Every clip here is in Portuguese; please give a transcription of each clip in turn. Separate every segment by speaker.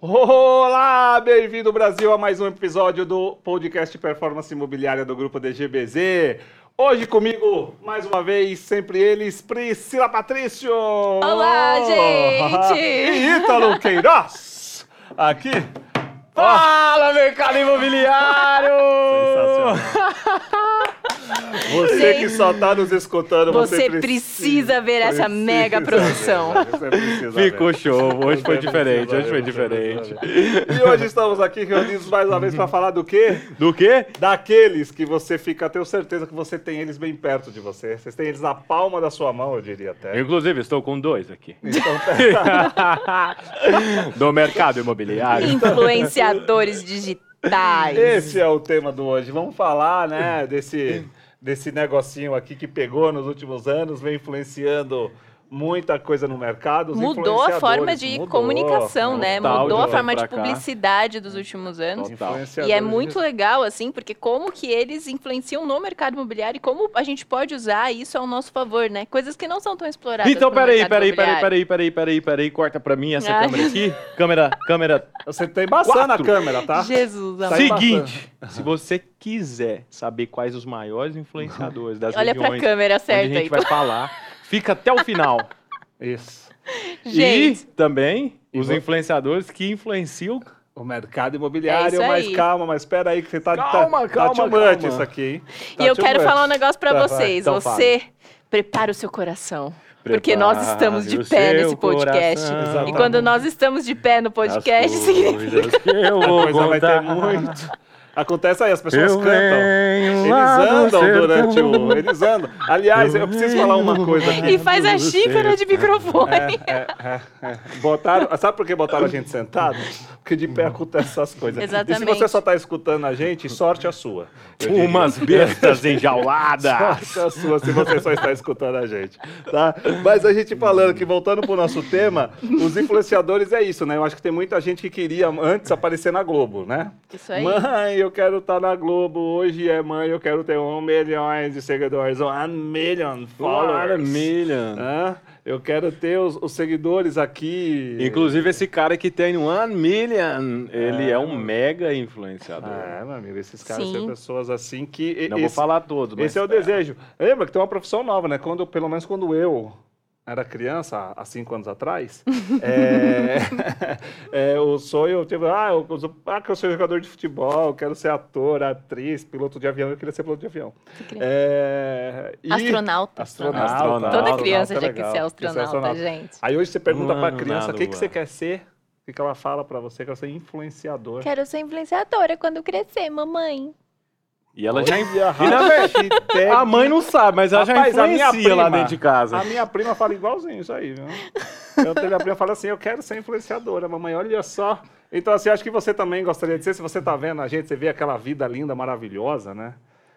Speaker 1: Olá, bem-vindo Brasil a mais um episódio do podcast Performance Imobiliária do grupo DGBZ. Hoje comigo, mais uma vez, sempre eles, Priscila Patrício.
Speaker 2: Olá, gente!
Speaker 1: E Ítalo Queiroz. Aqui.
Speaker 3: Fala, mercado imobiliário!
Speaker 1: Você que só tá nos escutando, você,
Speaker 2: Você precisa ver essa mega produção.
Speaker 1: ver, você precisa ver.
Speaker 3: Ficou show, hoje foi
Speaker 1: Você
Speaker 3: diferente,
Speaker 1: precisa
Speaker 3: hoje foi
Speaker 1: ver, você
Speaker 3: diferente.
Speaker 1: precisa ver. é E hoje estamos aqui reunidos mais uma vez para falar do quê?
Speaker 3: Do quê?
Speaker 1: Daqueles que você fica, tenho certeza que você tem eles bem perto de você. Vocês têm eles na palma da sua mão, eu diria até.
Speaker 3: Inclusive, estou com dois aqui.
Speaker 1: Então, tá.
Speaker 3: Do mercado
Speaker 2: Então,
Speaker 3: imobiliário.
Speaker 2: Influenciadores digitais.
Speaker 1: esse é o tema do hoje. Vamos falar, né, desse, desse negocinho aqui que pegou nos últimos anos, vem influenciando muita coisa no mercado. os
Speaker 2: Mudou a forma
Speaker 1: influenciadores,
Speaker 2: de
Speaker 1: mudou,
Speaker 2: comunicação, né?
Speaker 3: total,
Speaker 2: Mudou
Speaker 3: de
Speaker 2: a
Speaker 3: lá
Speaker 2: forma
Speaker 3: pra
Speaker 2: de
Speaker 3: cá.
Speaker 2: publicidade dos últimos anos.
Speaker 3: Total.
Speaker 2: E é muito legal, assim, porque como que eles influenciam no mercado imobiliário e como a gente pode usar isso ao nosso favor, né? Coisas que não são tão exploradas.
Speaker 3: Então,
Speaker 2: no
Speaker 3: peraí,
Speaker 2: mercado
Speaker 3: peraí, peraí,
Speaker 2: imobiliário. Ah.
Speaker 3: peraí, peraí, peraí, peraí, corta pra mim essa
Speaker 2: Ai.
Speaker 3: câmera aqui. Câmera, câmera.
Speaker 1: Você tem bastante na
Speaker 3: Quatro.
Speaker 1: câmera, tá?
Speaker 2: Jesus, amor.
Speaker 3: Seguinte, se você quiser saber quais os maiores influenciadores das
Speaker 2: Olha pra
Speaker 3: regiões
Speaker 2: câmera então.
Speaker 3: onde a
Speaker 2: certa aí.
Speaker 3: gente vai falar, fica até o final.
Speaker 1: Isso.
Speaker 2: Gente,
Speaker 3: E também
Speaker 1: E
Speaker 3: os
Speaker 1: vo-
Speaker 3: influenciadores que influenciam
Speaker 1: O mercado
Speaker 2: É
Speaker 1: imobiliário,
Speaker 2: isso
Speaker 1: mas
Speaker 2: aí.
Speaker 1: calma, mas espera aí que você tá
Speaker 3: Calma,
Speaker 1: tá,
Speaker 3: calma,
Speaker 1: tá too much
Speaker 3: calma.
Speaker 1: isso aqui, hein?
Speaker 2: e eu quero falar um negócio pra
Speaker 1: Tá, vai,
Speaker 2: vocês.
Speaker 3: então
Speaker 2: Você prepara o seu coração. Porque nós estamos de pé nesse podcast. E
Speaker 1: Exatamente.
Speaker 2: quando nós estamos de pé no podcast, significa.
Speaker 3: eu
Speaker 1: A
Speaker 3: vou
Speaker 1: coisa vai ter
Speaker 3: contar.
Speaker 1: muito. Acontece aí, as pessoas
Speaker 3: Eu
Speaker 1: cantam.
Speaker 3: venho
Speaker 1: Eles
Speaker 3: lá do
Speaker 1: andam
Speaker 3: sertão.
Speaker 1: durante o. Eles andam. Aliás, eu, preciso falar uma coisa
Speaker 2: E
Speaker 1: aqui.
Speaker 2: faz a xícara
Speaker 3: assim.
Speaker 2: de microfone.
Speaker 1: Botaram, sabe por que botaram a gente sentado? Porque de pé acontecem essas coisas. E se
Speaker 2: Exatamente.
Speaker 1: você só está escutando a gente, sorte a sua. eu diria.
Speaker 3: Umas bestas enjauladas.
Speaker 1: Sorte a sua se você só está escutando a gente, tá? Mas a gente falando que, voltando pro nosso tema, os influenciadores é isso, né? Eu acho que tem muita gente que queria antes aparecer na Globo, né?
Speaker 2: É. Isso aí.
Speaker 1: Mãe, eu quero estar na Globo hoje, é mãe, eu quero ter um milhão de seguidores, um million
Speaker 3: Fora,
Speaker 1: followers.
Speaker 3: milha.
Speaker 1: Hã? Eu quero ter os, os seguidores aqui.
Speaker 3: Inclusive, esse cara que tem One Million, ele é um mega influenciador.
Speaker 1: É, meu amigo, esses caras
Speaker 2: Sim.
Speaker 1: são pessoas assim que. e-
Speaker 3: Ah. Não vou
Speaker 1: esse-
Speaker 3: falar todos, mas...
Speaker 1: Esse é o desejo. Lembra que tem uma profissão nova, né? Quando, pelo menos quando eu era criança, há cinco anos atrás, é, é, o sonho, tipo, ah, eu, eu sou- ah, que eu sou jogador de futebol, eu quero ser ator, atriz, piloto de avião, eu queria ser piloto de avião.
Speaker 2: criança.
Speaker 1: É, e-
Speaker 2: Astronauta.
Speaker 1: Astronauta.
Speaker 3: Astronauta.
Speaker 2: Toda
Speaker 1: Astronauta
Speaker 2: criança já
Speaker 1: é
Speaker 2: quis ser
Speaker 1: legal. Quer ser
Speaker 2: astronauta,
Speaker 1: astronauta.
Speaker 2: gente.
Speaker 1: Aí hoje você pergunta pra
Speaker 3: Mano,
Speaker 1: criança, o
Speaker 3: na
Speaker 1: que, que
Speaker 3: lua.
Speaker 1: você quer ser? O que, que ela fala pra você? Quero ser influenciador.
Speaker 2: Quero ser influenciadora quando crescer, mamãe.
Speaker 3: E ela já... É
Speaker 1: E a
Speaker 3: E na
Speaker 1: hashtag-
Speaker 3: A mãe não sabe, mas ela
Speaker 1: Rapaz,
Speaker 3: já
Speaker 1: a minha
Speaker 3: influencia lá
Speaker 1: prima-
Speaker 3: dentro de casa.
Speaker 1: A minha prima fala igualzinho isso aí, viu? Eu tenho a prima fala assim, eu quero ser influenciadora, mamãe, olha só. Então, assim, acho que você também gostaria de ser, se você tá vendo a gente, você vê aquela vida linda, maravilhosa, né?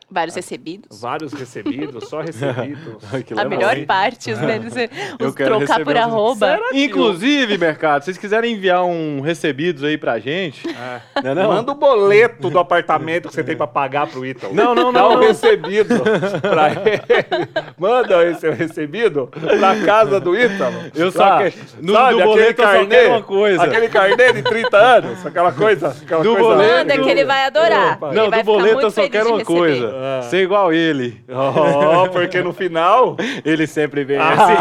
Speaker 2: Vários recebidos.
Speaker 1: Vários recebidos, só recebidos.
Speaker 3: Ai, que
Speaker 2: A Tá
Speaker 3: legal.
Speaker 2: melhor
Speaker 3: hein?
Speaker 2: parte, os, menos,
Speaker 3: Eu
Speaker 2: os
Speaker 3: quero
Speaker 2: trocar
Speaker 3: receber
Speaker 2: por
Speaker 3: os-
Speaker 2: arroba.
Speaker 3: Inclusive, mercado, se vocês quiserem enviar um recebidos aí pra gente,
Speaker 1: É.
Speaker 3: não é não?
Speaker 1: Manda o boleto do apartamento que você tem pra pagar pro Ítalo.
Speaker 3: Não, não,
Speaker 1: Dá
Speaker 3: não,
Speaker 1: um
Speaker 3: não.
Speaker 1: recebido pra ele. Manda esse recebido pra casa do Ítalo.
Speaker 3: Eu
Speaker 1: Lá
Speaker 3: só que- no- do
Speaker 1: aquele
Speaker 3: boleto eu só
Speaker 1: carnê,
Speaker 3: quero uma coisa.
Speaker 1: Aquele carnê de 30 anos, aquela coisa. Aquela
Speaker 3: Do
Speaker 1: coisa
Speaker 3: boleto.
Speaker 2: Manda que ele vai adorar.
Speaker 1: Opa.
Speaker 2: Ele
Speaker 3: Não,
Speaker 2: vai ficar
Speaker 3: do boleto
Speaker 2: muito
Speaker 3: eu só
Speaker 2: feliz
Speaker 3: quero
Speaker 2: de
Speaker 3: uma
Speaker 2: receber.
Speaker 3: coisa.
Speaker 1: Ah.
Speaker 3: Ser igual ele.
Speaker 1: Oh, porque no final.
Speaker 3: Ele sempre vem assim.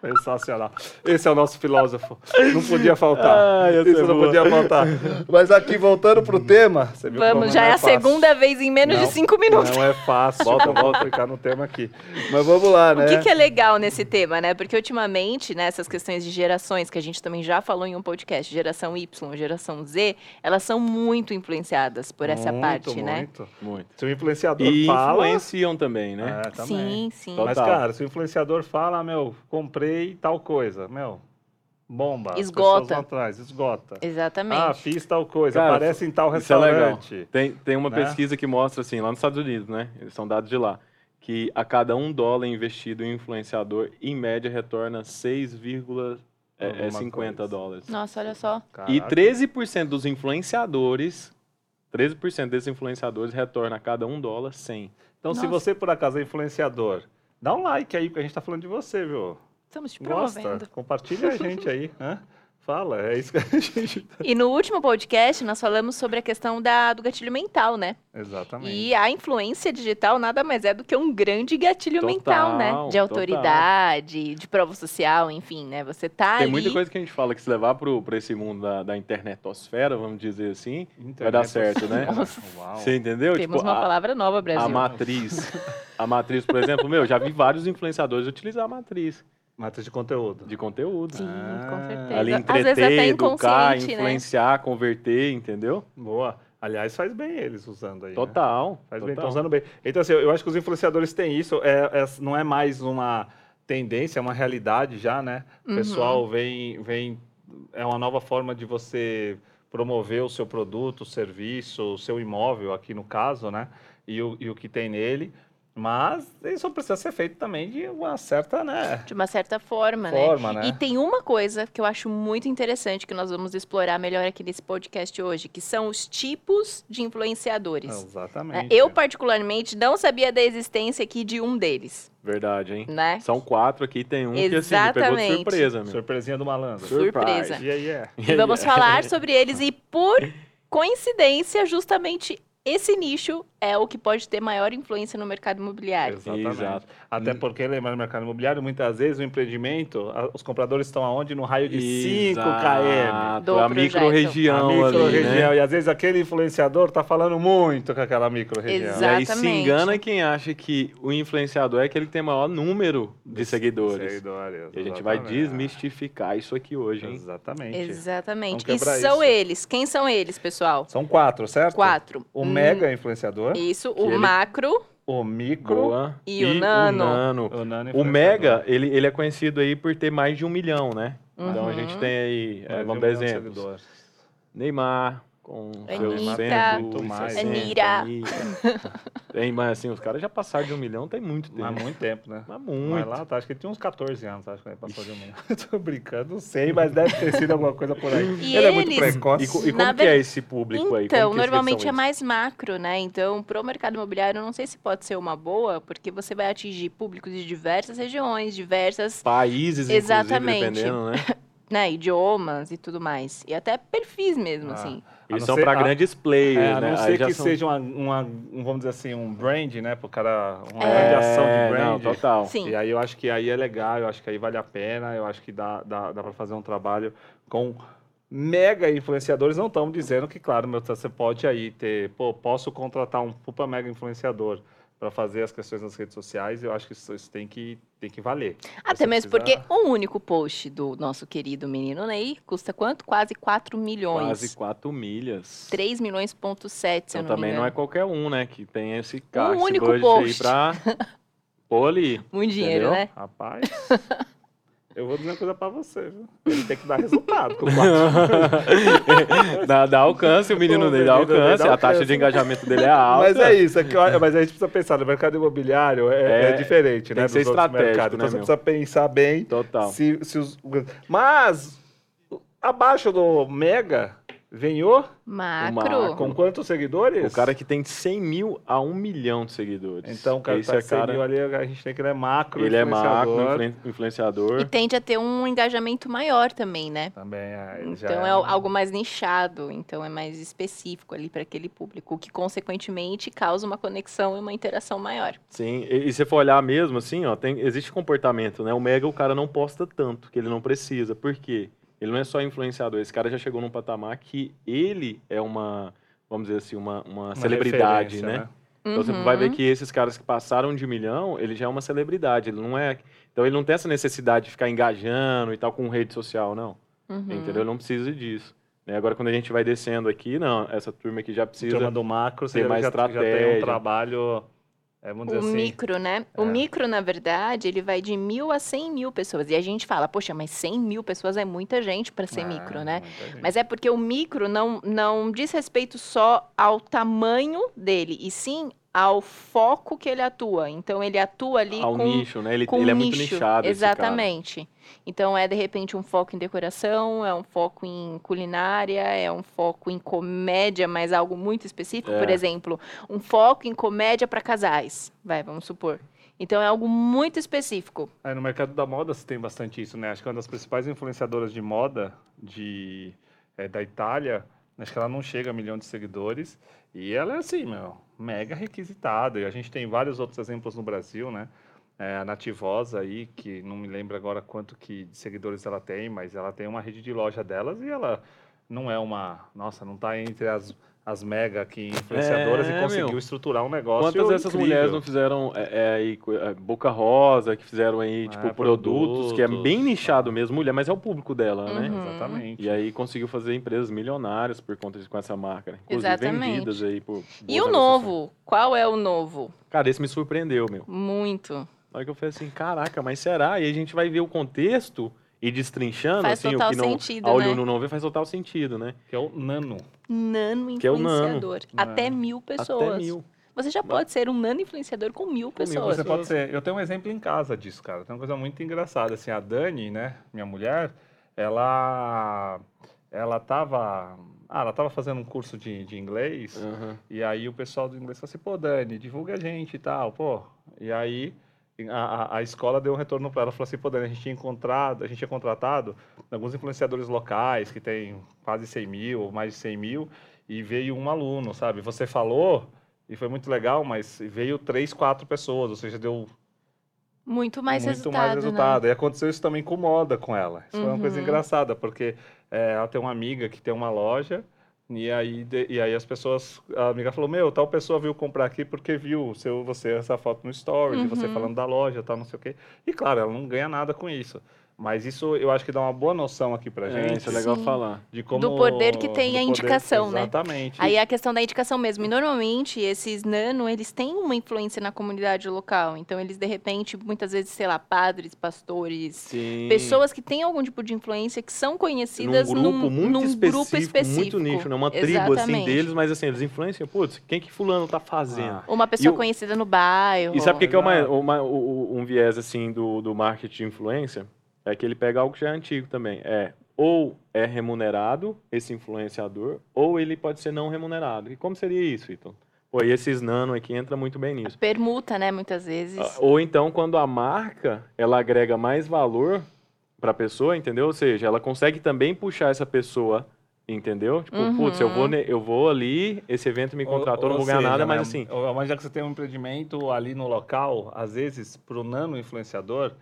Speaker 1: Sensacional. Esse é o nosso filósofo. Não podia faltar.
Speaker 3: Ai, essa
Speaker 1: Isso
Speaker 3: é
Speaker 1: não
Speaker 3: boa.
Speaker 1: podia faltar. Mas aqui, voltando pro tema. você viu como
Speaker 2: Vamos, já
Speaker 3: né,
Speaker 1: não
Speaker 2: é a
Speaker 1: fácil.
Speaker 2: segunda vez em menos de
Speaker 1: Não,
Speaker 2: cinco minutos.
Speaker 1: Não é fácil.
Speaker 3: Volta,
Speaker 1: Volta, volta. Ficar no tema aqui. Mas vamos lá, né?
Speaker 2: O que, que é legal nesse tema, né? Porque ultimamente, né, essas questões de gerações, que a gente também já falou em um podcast, geração Y, geração Z, elas são muito influenciadas por essa
Speaker 1: Muito,
Speaker 2: parte, né?
Speaker 1: muito.
Speaker 3: Muito.
Speaker 1: Se o influenciador
Speaker 3: E
Speaker 1: fala.
Speaker 3: influenciam também, né?
Speaker 1: É, também.
Speaker 2: Sim, sim.
Speaker 3: Total.
Speaker 1: Mas, cara, se o influenciador fala, meu, comprei tal coisa, meu, bomba. as
Speaker 2: Esgota.
Speaker 1: pessoas vão atrás, esgota.
Speaker 2: Exatamente.
Speaker 1: Ah, fiz tal coisa,
Speaker 3: Cara,
Speaker 1: aparece em tal
Speaker 3: Isso é legal.
Speaker 1: restaurante.
Speaker 3: Tem, tem uma
Speaker 1: né?
Speaker 3: pesquisa que mostra, assim, lá nos Estados Unidos, né? Eles são dados de lá. Que a cada um dólar investido em influenciador, em média, retorna 6,50
Speaker 1: coisa.
Speaker 3: é, dólares.
Speaker 2: Nossa, olha só.
Speaker 3: E
Speaker 1: Caraca.
Speaker 3: 13% dos influenciadores, 13% desses influenciadores retorna a cada um dólar 100.
Speaker 1: Então, se
Speaker 2: Nossa.
Speaker 1: você por acaso é influenciador, dá um like aí, porque a gente tá falando de você, viu?
Speaker 2: Estamos te
Speaker 1: Gosta,
Speaker 2: promovendo.
Speaker 1: compartilha a gente aí. Hã? Fala, é isso que a gente. tá-
Speaker 2: E no último podcast, nós falamos sobre a questão da, do gatilho mental, né?
Speaker 1: Exatamente.
Speaker 2: E a influência digital nada mais é do que um grande gatilho
Speaker 3: Total,
Speaker 2: mental, né? De
Speaker 3: total.
Speaker 2: autoridade, de prova social, enfim, né? Você tá
Speaker 3: Tem
Speaker 2: ali.
Speaker 3: muita coisa que a gente fala que se levar pro, pra esse mundo da, da internetosfera, vamos dizer assim,
Speaker 1: Internet
Speaker 3: vai dar certo, né?
Speaker 1: social, Uau.
Speaker 3: você entendeu?
Speaker 2: Temos
Speaker 3: Tipo,
Speaker 2: uma
Speaker 3: a-
Speaker 2: palavra nova, Brasil.
Speaker 3: A matriz. A matriz, por exemplo, meu, já vi vários influenciadores utilizar a matriz
Speaker 1: Mata de conteúdo.
Speaker 3: de conteúdo.
Speaker 2: Sim, com
Speaker 1: Ah,
Speaker 2: certeza.
Speaker 3: Ali
Speaker 2: Às vezes até
Speaker 3: entreter, educar,
Speaker 2: inconsciente, né?
Speaker 3: influenciar, converter, entendeu?
Speaker 1: Boa. Aliás, faz bem eles usando aí. né?
Speaker 3: Total.
Speaker 1: Faz bem, estão
Speaker 3: total.
Speaker 1: usando bem. Então, assim, eu eu acho que os influenciadores têm isso. É, é- não é mais uma tendência, é uma realidade já, né? O
Speaker 2: Uhum.
Speaker 1: pessoal vem, vem. É uma nova forma de você promover o seu produto, o serviço, o seu imóvel, aqui no caso, né? E o, e o que tem nele. Mas isso precisa ser feito também de uma certa, né?
Speaker 2: De uma certa forma, né?
Speaker 1: Forma, né?
Speaker 2: E tem uma coisa que eu acho muito interessante que nós vamos explorar melhor aqui nesse podcast hoje, que são os tipos de influenciadores. né?
Speaker 1: Exatamente.
Speaker 2: Eu, particularmente, não sabia da existência aqui de um deles,
Speaker 3: Verdade, hein?
Speaker 2: né?
Speaker 3: São quatro aqui, tem um que assim, me pegou de
Speaker 2: Exatamente.
Speaker 3: surpresa, meu.
Speaker 1: Surpresinha do malandro.
Speaker 3: Surprise.
Speaker 2: Surpresa.
Speaker 1: E aí é.
Speaker 2: E vamos falar sobre eles e, por coincidência, justamente esse nicho é o que pode ter maior influência no mercado imobiliário.
Speaker 1: Exatamente.
Speaker 3: Exato. Hum.
Speaker 1: Até porque, lembra no mercado imobiliário, muitas vezes o empreendimento, a- os compradores estão aonde? No raio de 5 km.
Speaker 3: Exato,
Speaker 2: Do projeto.
Speaker 3: A
Speaker 1: A
Speaker 3: micro-região ali, né?
Speaker 1: micro-região. E às vezes aquele influenciador tá falando muito com aquela micro-região.
Speaker 3: E aí se
Speaker 2: Exatamente.
Speaker 3: engana quem acha que o influenciador é aquele que tem maior número de seguidores.
Speaker 1: Seguidores,
Speaker 3: E a gente vai
Speaker 1: exatamente.
Speaker 3: desmistificar isso aqui hoje, hein?
Speaker 1: Exatamente.
Speaker 2: Exatamente. E
Speaker 1: Vamos quebrar
Speaker 2: são
Speaker 1: isso.
Speaker 2: eles. Quem são eles, pessoal?
Speaker 1: São quatro, certo?
Speaker 2: Quatro.
Speaker 1: O
Speaker 2: Hum,
Speaker 1: mega influenciador,
Speaker 2: Isso,
Speaker 3: Que
Speaker 2: o
Speaker 3: ele-
Speaker 2: macro.
Speaker 1: o micro,
Speaker 3: Boa.
Speaker 2: E o nano?
Speaker 1: o nano
Speaker 3: O
Speaker 1: influenciador.
Speaker 3: Mega, ele, ele é conhecido aí por ter mais de um milhão, né? Então a
Speaker 2: Uhum.
Speaker 3: gente tem aí, é,
Speaker 1: Mais de um
Speaker 3: vamos dar
Speaker 1: milhão de
Speaker 3: exemplos.
Speaker 1: seguidores.
Speaker 3: Neymar, com seus
Speaker 2: Anitta.
Speaker 3: 100,
Speaker 1: Muito mais.
Speaker 3: 60,
Speaker 2: Anira.
Speaker 3: Anitta. Tem, mas assim, os caras já passaram de um milhão tem muito tempo.
Speaker 1: Há muito tempo, né?
Speaker 3: Mas
Speaker 1: Mas
Speaker 3: muito.
Speaker 1: lá, tá, acho que ele tinha uns 14 anos, acho que ele passou de um mês. Tô brincando, não sei, mas deve ter sido alguma coisa por aí.
Speaker 2: E
Speaker 1: ele é muito
Speaker 2: eles-
Speaker 1: precoce.
Speaker 3: E, co- e
Speaker 2: Na
Speaker 3: como que
Speaker 2: ver-
Speaker 3: é esse público aí? Como que
Speaker 2: Então,
Speaker 3: eles
Speaker 2: normalmente
Speaker 3: são
Speaker 2: é mais macro, né? Então, pro mercado imobiliário, eu não sei se pode ser uma boa, porque você vai atingir públicos de diversas regiões, diversas,
Speaker 3: esses? Países,
Speaker 2: Exatamente.
Speaker 3: inclusive, dependendo, né?
Speaker 2: né, idiomas e tudo mais. E até perfis mesmo,
Speaker 1: Ah.
Speaker 2: assim.
Speaker 1: A
Speaker 3: Eles
Speaker 1: não
Speaker 3: são
Speaker 1: ser-
Speaker 3: para
Speaker 1: a-
Speaker 3: grandes players,
Speaker 1: É, a
Speaker 3: né?
Speaker 1: não
Speaker 3: Aí
Speaker 1: ser
Speaker 3: já
Speaker 1: que
Speaker 3: são-
Speaker 1: seja uma, uma- um, vamos dizer assim, um brand, né? Pro cara, uma
Speaker 3: É,
Speaker 1: grande ação de
Speaker 3: não,
Speaker 1: brand.
Speaker 3: total.
Speaker 2: Sim.
Speaker 1: E aí eu acho que aí é legal, eu acho que aí vale a pena, eu acho que dá, dá, dá para fazer um trabalho com mega influenciadores. Não estamos dizendo que, claro, meu, você pode aí ter, pô, posso contratar um pupa mega influenciador para fazer as questões nas redes sociais, eu acho que isso, isso tem, que, tem que valer.
Speaker 2: Até
Speaker 1: Você
Speaker 2: mesmo
Speaker 1: precisa-
Speaker 2: porque um único post do nosso querido menino Ney custa quanto? Quase 4
Speaker 3: Quase
Speaker 2: milhões.
Speaker 3: 4 milhas.
Speaker 2: 3 milhões ponto 7, se
Speaker 3: Então
Speaker 2: eu não me
Speaker 3: também não é
Speaker 2: engano.
Speaker 3: qualquer um, né? Que tem esse cara, esse
Speaker 2: único
Speaker 3: budget
Speaker 2: post.
Speaker 3: aí pra pôr ali.
Speaker 2: Muito dinheiro,
Speaker 3: Entendeu?
Speaker 2: né?
Speaker 1: Rapaz, eu vou dizer uma coisa para você, viu? Ele tem que dar resultado com o
Speaker 3: dá, dá alcance, o menino
Speaker 1: O
Speaker 3: dele dá
Speaker 1: menino dele
Speaker 3: alcance,
Speaker 1: dá
Speaker 3: a taxa
Speaker 1: alcance.
Speaker 3: de engajamento dele é alta.
Speaker 1: Mas é isso, é que, olha, mas a gente precisa pensar, no mercado imobiliário é,
Speaker 3: É,
Speaker 1: é diferente, né?
Speaker 3: que ser
Speaker 1: dos outros
Speaker 3: estratégico,
Speaker 1: mercados.
Speaker 3: né,
Speaker 1: Então você
Speaker 3: meu? Então.
Speaker 1: precisa pensar bem
Speaker 3: Total.
Speaker 1: se, se os. Mas abaixo do Mega vem o
Speaker 2: Macro.
Speaker 3: macro.
Speaker 1: com quantos seguidores?
Speaker 3: Uhum. O cara que tem de 100 mil a 1 milhão de seguidores.
Speaker 1: Então, o cara
Speaker 3: Esse
Speaker 1: tá
Speaker 3: é cara,
Speaker 1: cara... ali, a gente tem que ele é macro.
Speaker 3: ele é macro,
Speaker 1: influenciador.
Speaker 3: influen-
Speaker 2: E
Speaker 3: influenciador.
Speaker 2: tende a ter um engajamento maior também, né?
Speaker 1: Também é. ele já
Speaker 2: Então é algo mais nichado, então é mais específico ali para aquele público, o que consequentemente causa uma conexão e uma interação maior.
Speaker 3: Sim, e, e se for olhar mesmo, assim, ó, tem, existe comportamento, né? O mega, o cara não posta tanto, que ele não precisa. Por quê? Ele não é só influenciador, esse cara já chegou num patamar que ele é uma, vamos dizer assim, uma, uma,
Speaker 1: uma
Speaker 3: celebridade,
Speaker 1: referência,
Speaker 3: né? Então você vai
Speaker 2: Uhum.
Speaker 3: ver que esses caras que passaram de um milhão, ele já é uma celebridade, ele não é. Então ele não tem essa necessidade de ficar engajando e tal com rede social, não.
Speaker 2: Uhum.
Speaker 3: Entendeu? Não precisa disso. né? Agora quando a gente vai descendo aqui, não, essa turma aqui já
Speaker 1: O
Speaker 3: precisa.
Speaker 1: tema do macro, você
Speaker 3: ter
Speaker 1: já,
Speaker 3: mais
Speaker 1: já tem um
Speaker 3: estratégia.
Speaker 1: trabalho. É, vamos
Speaker 2: O
Speaker 1: dizer assim.
Speaker 2: micro, né? O
Speaker 1: é.
Speaker 2: micro, na verdade, ele vai de mil a cem mil pessoas. E a gente fala, poxa, mas 100 mil pessoas é muita gente para ser
Speaker 1: Ah,
Speaker 2: micro, né?
Speaker 1: muita gente.
Speaker 2: Mas é porque o micro não, não diz respeito só ao tamanho dele, e sim ao foco que ele atua. Então ele atua ali
Speaker 3: Ao
Speaker 2: com
Speaker 3: nicho, né? Ele,
Speaker 2: com
Speaker 3: ele é
Speaker 2: um
Speaker 3: muito
Speaker 2: nicho.
Speaker 3: nichado. esse cara.
Speaker 2: Exatamente. Então é de repente um foco em decoração, é um foco em culinária, é um foco em comédia, mas algo muito específico, por
Speaker 3: É.
Speaker 2: exemplo, um foco em comédia para casais, vai, vamos supor. Então é algo muito específico.
Speaker 1: Aí É, no mercado da moda se tem bastante isso, né? Acho que uma das principais influenciadoras de moda de, eh, da Itália, acho que ela não chega a milhão de seguidores. E ela é assim, meu, mega requisitada. E a gente tem vários outros exemplos no Brasil, né? É, a Nativosa aí, que não me lembro agora quanto que de seguidores ela tem, mas ela tem uma rede de loja delas e ela não é uma... Nossa, não tá entre as, as mega aqui influenciadoras
Speaker 3: É,
Speaker 1: e conseguiu
Speaker 3: meu.
Speaker 1: estruturar um negócio
Speaker 3: Quantas dessas
Speaker 1: incrível.
Speaker 3: mulheres não fizeram é, é, aí, co- é, Boca Rosa, que fizeram aí,
Speaker 1: Ah,
Speaker 3: tipo, produtos, que é bem
Speaker 4: produtos.
Speaker 3: nichado mesmo, mulher, mas é o público dela, né?
Speaker 2: Uhum.
Speaker 1: É, Exatamente.
Speaker 3: E aí conseguiu fazer empresas milionárias por conta de com essa marca, né? Inclusive
Speaker 2: Exatamente.
Speaker 3: vendidas aí por.
Speaker 2: E
Speaker 3: boas
Speaker 2: o novo? Qual é o novo?
Speaker 3: negociações. Cara, esse me surpreendeu, meu.
Speaker 2: Muito.
Speaker 3: Na hora que eu falei assim, caraca, mas será? E aí a gente vai ver o contexto e destrinchando,
Speaker 2: Faz
Speaker 3: assim,
Speaker 2: total
Speaker 3: o que não,
Speaker 2: sentido,
Speaker 3: a olho
Speaker 2: né?
Speaker 3: nu não vê, faz total sentido, né?
Speaker 1: Que é o Nano.
Speaker 2: Nano
Speaker 3: Que é o nano.
Speaker 2: influenciador. Até mil pessoas.
Speaker 3: Até mil.
Speaker 2: Você já pode ser um nano influenciador com mil
Speaker 3: Com mil,
Speaker 2: pessoas.
Speaker 1: Você pode ser. Eu tenho um exemplo em casa disso, cara. Tem uma coisa muito engraçada. Assim, a Dani, né, minha mulher, ela. Ela tava. Ah, ela tava fazendo um curso de, de inglês.
Speaker 3: Aham.
Speaker 1: E aí o pessoal do inglês falou assim, pô, Dani, divulga a gente e tal, pô. E aí a, a- a escola deu um retorno para ela, falou assim, pô, Dani, a gente tinha encontrado, a gente tinha contratado alguns influenciadores locais que tem quase 100 mil, ou mais de 100 mil, e veio um aluno, sabe? Você falou, e foi muito legal, mas veio três, quatro pessoas, ou seja, deu
Speaker 2: Muito mais
Speaker 1: muito
Speaker 2: resultado.
Speaker 1: mais
Speaker 2: né?
Speaker 1: resultado. E aconteceu isso também com moda com ela. Isso foi uma coisa
Speaker 2: Uhum.
Speaker 1: engraçada, porque é, ela tem uma amiga que tem uma loja, e aí, de- e aí as pessoas, a amiga falou, meu, tal pessoa veio comprar aqui porque viu seu, você essa foto no stories, e você
Speaker 2: Uhum.
Speaker 1: falando da loja, tal, não sei o quê. E claro, ela não ganha nada com isso. Mas isso eu acho que dá uma boa noção aqui pra
Speaker 3: É,
Speaker 1: gente
Speaker 3: isso é legal
Speaker 2: Sim.
Speaker 3: falar.
Speaker 1: de como...
Speaker 2: Do poder que tem
Speaker 1: do
Speaker 2: a
Speaker 1: poder-
Speaker 2: indicação, né?
Speaker 1: Exatamente.
Speaker 2: Aí é a questão da indicação mesmo. E normalmente esses nano, eles têm uma influência na comunidade local. Então eles de repente, muitas vezes, sei lá, padres, pastores,
Speaker 3: Sim.
Speaker 2: pessoas que têm algum tipo de influência que são
Speaker 3: num
Speaker 2: conhecidas
Speaker 3: grupo muito
Speaker 2: num
Speaker 3: específico,
Speaker 2: grupo específico.
Speaker 3: muito nicho, né? Uma tribo assim
Speaker 2: Exatamente.
Speaker 3: deles, mas assim, eles influenciam, putz, quem que fulano tá fazendo?
Speaker 1: Ah,
Speaker 2: Uma pessoa
Speaker 3: o-
Speaker 2: conhecida no bairro.
Speaker 3: E sabe o que, que é o mais-
Speaker 1: Exato.
Speaker 3: o mais- o- o- um viés assim do, do marketing de influência? É que ele pega algo que já é antigo também. É ou é remunerado esse influenciador, ou ele pode ser não remunerado. E como seria isso, Ítalo? Pô, e esses nano aqui entra muito bem nisso.
Speaker 2: Permuta, né, muitas vezes.
Speaker 3: é Ah, Ou então, quando a marca ela agrega mais valor para a pessoa, entendeu? Ou seja, ela consegue também puxar essa pessoa, entendeu? Tipo,
Speaker 2: Uhum.
Speaker 3: putz, eu vou, ne- eu vou ali, esse evento me contratou,
Speaker 1: Ou-
Speaker 3: não
Speaker 1: ou
Speaker 3: vou ganhar
Speaker 1: seja,
Speaker 3: nada,
Speaker 1: né,
Speaker 3: mas assim.
Speaker 1: ou- Mas já que você tem um empreendimento ali no local, às vezes, pro nano influenciador,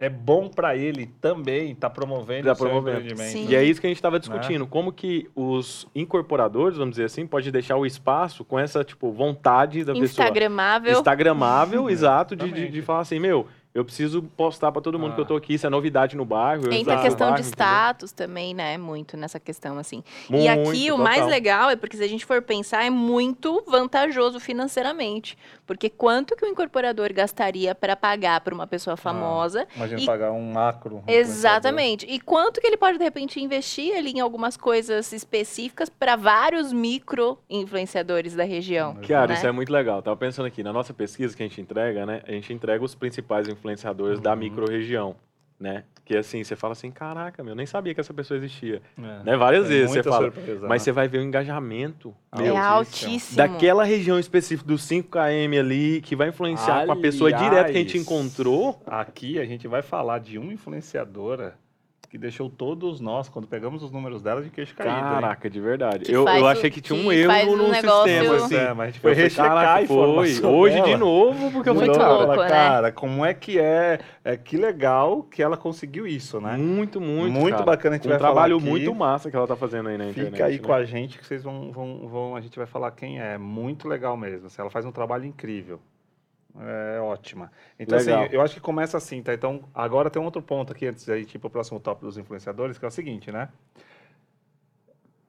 Speaker 1: é bom para ele também estar promovendo
Speaker 3: Tá
Speaker 1: o seu
Speaker 3: promovendo.
Speaker 1: empreendimento. né?
Speaker 2: Sim.
Speaker 3: E é isso que a
Speaker 2: Né?
Speaker 3: gente estava discutindo, como que os incorporadores, vamos dizer assim, pode deixar o espaço com essa, tipo, vontade da
Speaker 2: Instagramável. Uhum.
Speaker 3: pessoa. Instagramável, exato, de, de,
Speaker 1: Exatamente.
Speaker 3: de falar assim, meu, eu preciso postar para todo mundo
Speaker 1: Ah.
Speaker 3: que eu tô aqui, isso é novidade no bairro. eu
Speaker 2: Entra a
Speaker 3: entro no
Speaker 2: questão de
Speaker 3: bairro, entendeu?
Speaker 2: status também, né? Muito nessa questão, assim. e
Speaker 3: Muito,
Speaker 2: aqui o mais
Speaker 3: total.
Speaker 2: legal é porque, se a gente for pensar, é muito vantajoso financeiramente. Porque quanto que o incorporador gastaria para pagar para uma
Speaker 3: Ah,
Speaker 2: pessoa famosa?
Speaker 1: Imagina
Speaker 2: E-
Speaker 1: pagar um macro.
Speaker 2: Exatamente. E quanto que ele pode, de repente, investir ali em algumas coisas específicas para vários micro influenciadores da região?
Speaker 3: Cara,
Speaker 2: né?
Speaker 3: isso é muito legal. Tava pensando aqui, na nossa pesquisa que a gente entrega, né? A gente entrega os principais influenciadores da
Speaker 1: Uhum.
Speaker 3: micro-região, né? Que assim, você fala assim, caraca, meu, nem sabia que essa pessoa existia.
Speaker 1: É.
Speaker 3: Né? Várias
Speaker 1: Tem
Speaker 3: vezes você
Speaker 1: muita
Speaker 3: fala.
Speaker 1: surpresa,
Speaker 3: Mas
Speaker 1: né?
Speaker 3: você vai ver o engajamento
Speaker 2: É
Speaker 3: meu,
Speaker 2: altíssimo.
Speaker 3: daquela região específica dos 5KM ali, que vai influenciar com a pessoa
Speaker 1: Aliás.
Speaker 3: direto que a gente encontrou.
Speaker 1: Aqui a gente vai falar de uma influenciadora que deixou todos nós, quando pegamos os números dela, de queixo caído. hein?
Speaker 3: Caraca, de verdade.
Speaker 2: Que
Speaker 3: Eu,
Speaker 2: faz
Speaker 3: eu
Speaker 2: o-
Speaker 3: achei que tinha um
Speaker 2: que faz
Speaker 3: erro
Speaker 2: um
Speaker 3: no
Speaker 2: negócio-
Speaker 3: sistema,
Speaker 1: Mas,
Speaker 3: assim.
Speaker 1: é, mas a gente
Speaker 3: Eu
Speaker 1: foi
Speaker 3: falei,
Speaker 1: rechecar a
Speaker 3: caraca, foi.
Speaker 1: informação
Speaker 3: Hoje de
Speaker 1: dela.
Speaker 3: novo, porque eu
Speaker 2: Muito
Speaker 3: falei,
Speaker 1: Muito
Speaker 3: cara,
Speaker 2: louco, né?
Speaker 1: Cara, como é que é, é? Que legal que ela conseguiu isso, né?
Speaker 3: Muito, muito.
Speaker 1: Muito
Speaker 3: cara.
Speaker 1: bacana, a gente
Speaker 3: Um
Speaker 1: vai falar
Speaker 3: trabalho
Speaker 1: aqui.
Speaker 3: muito massa que ela tá fazendo aí na internet.
Speaker 1: Fica aí
Speaker 3: né?
Speaker 1: com a gente que vocês vão, vão, vão- A gente vai falar quem é. Muito legal mesmo. assim, ela faz um trabalho incrível. É ótima. Então,
Speaker 3: Legal.
Speaker 1: assim, eu acho que começa assim, tá? Então, agora tem um outro ponto aqui, antes aí, tipo, o próximo tópico dos influenciadores, que é o seguinte, né?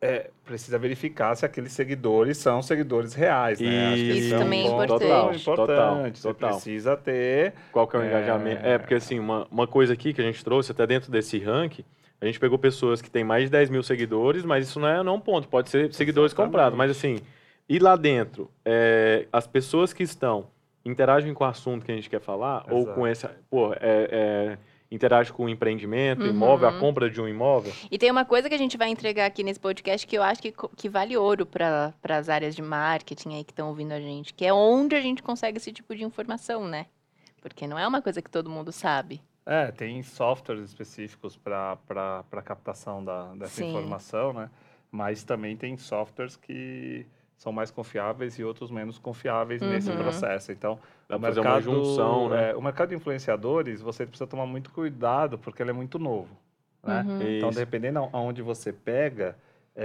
Speaker 1: É, precisa verificar se aqueles seguidores são seguidores reais, né? Acho que esse
Speaker 2: Isso
Speaker 1: é um
Speaker 2: também é
Speaker 1: ponto
Speaker 2: importante.
Speaker 1: importante. Você
Speaker 3: Total, total.
Speaker 1: precisa ter.
Speaker 3: Qual que é o
Speaker 1: É.
Speaker 3: engajamento? É, porque assim, uma, uma coisa aqui que a gente trouxe até dentro desse ranking, a gente pegou pessoas que têm mais de 10 mil seguidores, mas isso não é não um ponto, pode ser seguidores
Speaker 1: Exatamente.
Speaker 3: comprados. Mas assim, e lá dentro, é, as pessoas que estão interagem com o assunto que a gente quer falar, ou
Speaker 1: Exato.
Speaker 3: com essa. Pô, é, é, interage com o empreendimento,
Speaker 2: Uhum.
Speaker 3: imóvel, a compra de um imóvel.
Speaker 2: E tem uma coisa que a gente vai entregar aqui nesse podcast que eu acho que, co- que vale ouro para as áreas de marketing aí que estão ouvindo a gente, que é onde a gente consegue esse tipo de informação, né? Porque não é uma coisa que todo mundo sabe.
Speaker 1: É, tem softwares específicos para captação da, dessa
Speaker 2: Sim.
Speaker 1: informação, né? Mas também tem softwares que são mais confiáveis e outros menos confiáveis nesse
Speaker 2: Uhum.
Speaker 1: processo. Então,
Speaker 3: Dá
Speaker 1: o
Speaker 3: pra fazer uma junção, né?
Speaker 1: é, o mercado de influenciadores, você precisa tomar muito cuidado porque ele é muito novo, né?
Speaker 2: Uhum.
Speaker 1: Então,
Speaker 3: Isso.
Speaker 1: dependendo a- aonde você pega,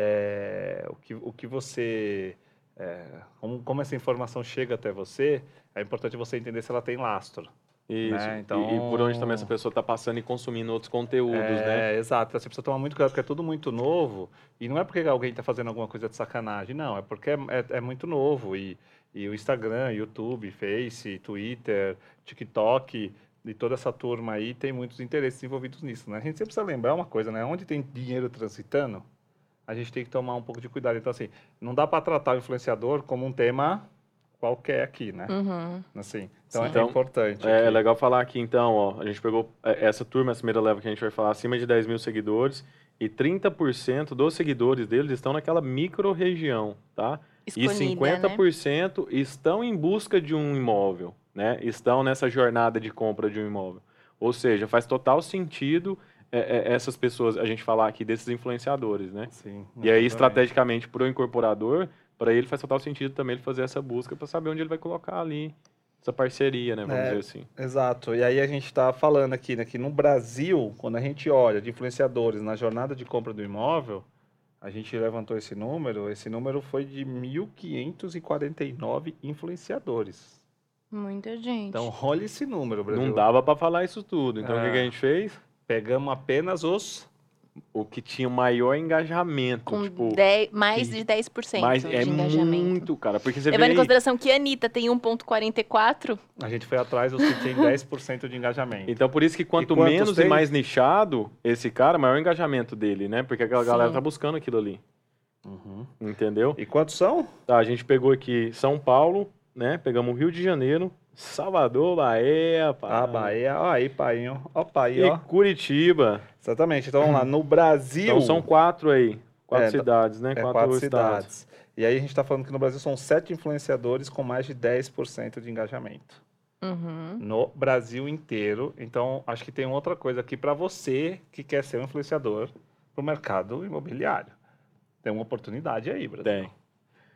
Speaker 1: é, o, que, o que você. é, como, como essa informação chega até você, é importante você entender se ela tem lastro.
Speaker 3: Isso.
Speaker 1: né?
Speaker 3: E-
Speaker 1: Então-
Speaker 3: E, por onde também essa pessoa tá passando e consumindo outros conteúdos, né?
Speaker 1: É, exato. Você precisa tomar muito cuidado, porque é tudo muito novo. E não é porque alguém está fazendo alguma coisa de sacanagem, não. É porque é, é- é muito novo. E, e o Instagram, YouTube, Face, Twitter, TikTok e toda essa turma aí tem muitos interesses envolvidos nisso, né? A gente sempre precisa lembrar uma coisa, né? Onde tem dinheiro transitando, a gente tem que tomar um pouco de cuidado. Então, assim, não dá para tratar o influenciador como um tema qualquer aqui,
Speaker 3: É.
Speaker 1: né?
Speaker 2: Uhum.
Speaker 1: Assim, então,
Speaker 2: Sim.
Speaker 1: é
Speaker 3: Então,
Speaker 1: importante.
Speaker 3: É,
Speaker 1: aqui.
Speaker 3: é legal falar aqui então, ó. A gente pegou é, essa turma, essa primeira leva que a gente vai falar, acima de 10 mil seguidores, e 30% dos seguidores deles estão naquela micro região, tá?
Speaker 2: Escolhida,
Speaker 3: e
Speaker 2: né?
Speaker 3: 50% estão em busca de um imóvel, né? Estão nessa jornada de compra de um imóvel. Ou seja, faz total sentido é, é, essas pessoas, a gente falar aqui desses influenciadores, né?
Speaker 1: Sim,
Speaker 3: E aí,
Speaker 1: exatamente.
Speaker 3: estrategicamente, para o incorporador, para ele faz total sentido também ele fazer essa busca para saber onde ele vai colocar ali essa parceria, né? Vamos
Speaker 1: É.
Speaker 3: dizer assim.
Speaker 1: Exato. E aí a gente está falando aqui, né, que no Brasil, quando a gente olha de influenciadores na jornada de compra do imóvel, a gente levantou esse número, esse número foi de 1.549 influenciadores.
Speaker 2: Muita gente.
Speaker 1: Então, olha esse número, Brasil.
Speaker 3: Não dava para falar isso tudo. Então, o que
Speaker 1: É.
Speaker 3: que a gente fez?
Speaker 1: Pegamos apenas os...
Speaker 3: O que tinha o maior engajamento,
Speaker 2: com
Speaker 3: tipo...
Speaker 2: 10 mais
Speaker 3: que-
Speaker 2: de 10%
Speaker 3: Mas
Speaker 2: de
Speaker 3: é
Speaker 2: engajamento.
Speaker 3: muito, cara, porque você vê
Speaker 2: Levando em
Speaker 3: aí,
Speaker 2: consideração que a Anitta tem 1,44,
Speaker 1: A gente foi atrás dos que têm 10% de engajamento.
Speaker 3: Então, por isso que quanto
Speaker 1: quantos
Speaker 3: menos
Speaker 1: tem?
Speaker 3: e mais nichado esse cara, maior o engajamento dele, né? Porque aquela
Speaker 2: Sim.
Speaker 3: galera tá buscando aquilo ali,
Speaker 1: Uhum.
Speaker 3: entendeu?
Speaker 1: E quantos são?
Speaker 3: Tá, a gente pegou aqui São Paulo, né? Pegamos o Rio de Janeiro, Salvador, Bahia,
Speaker 1: Ah, Bahia. Ó aí, painho. Ó, pai,
Speaker 3: e
Speaker 1: ó.
Speaker 3: Curitiba.
Speaker 1: Exatamente. Então, vamos lá. No Brasil...
Speaker 3: Então são quatro aí, quatro
Speaker 1: É, tá-
Speaker 3: cidades, né?
Speaker 1: É quatro, cidades. E aí a gente está falando que no Brasil são sete influenciadores com mais de 10% de engajamento.
Speaker 2: uhum,
Speaker 1: No Brasil inteiro. Então, acho que tem outra coisa aqui para você que quer ser um influenciador para o mercado imobiliário. Tem uma oportunidade aí, Brasil.
Speaker 3: Tem.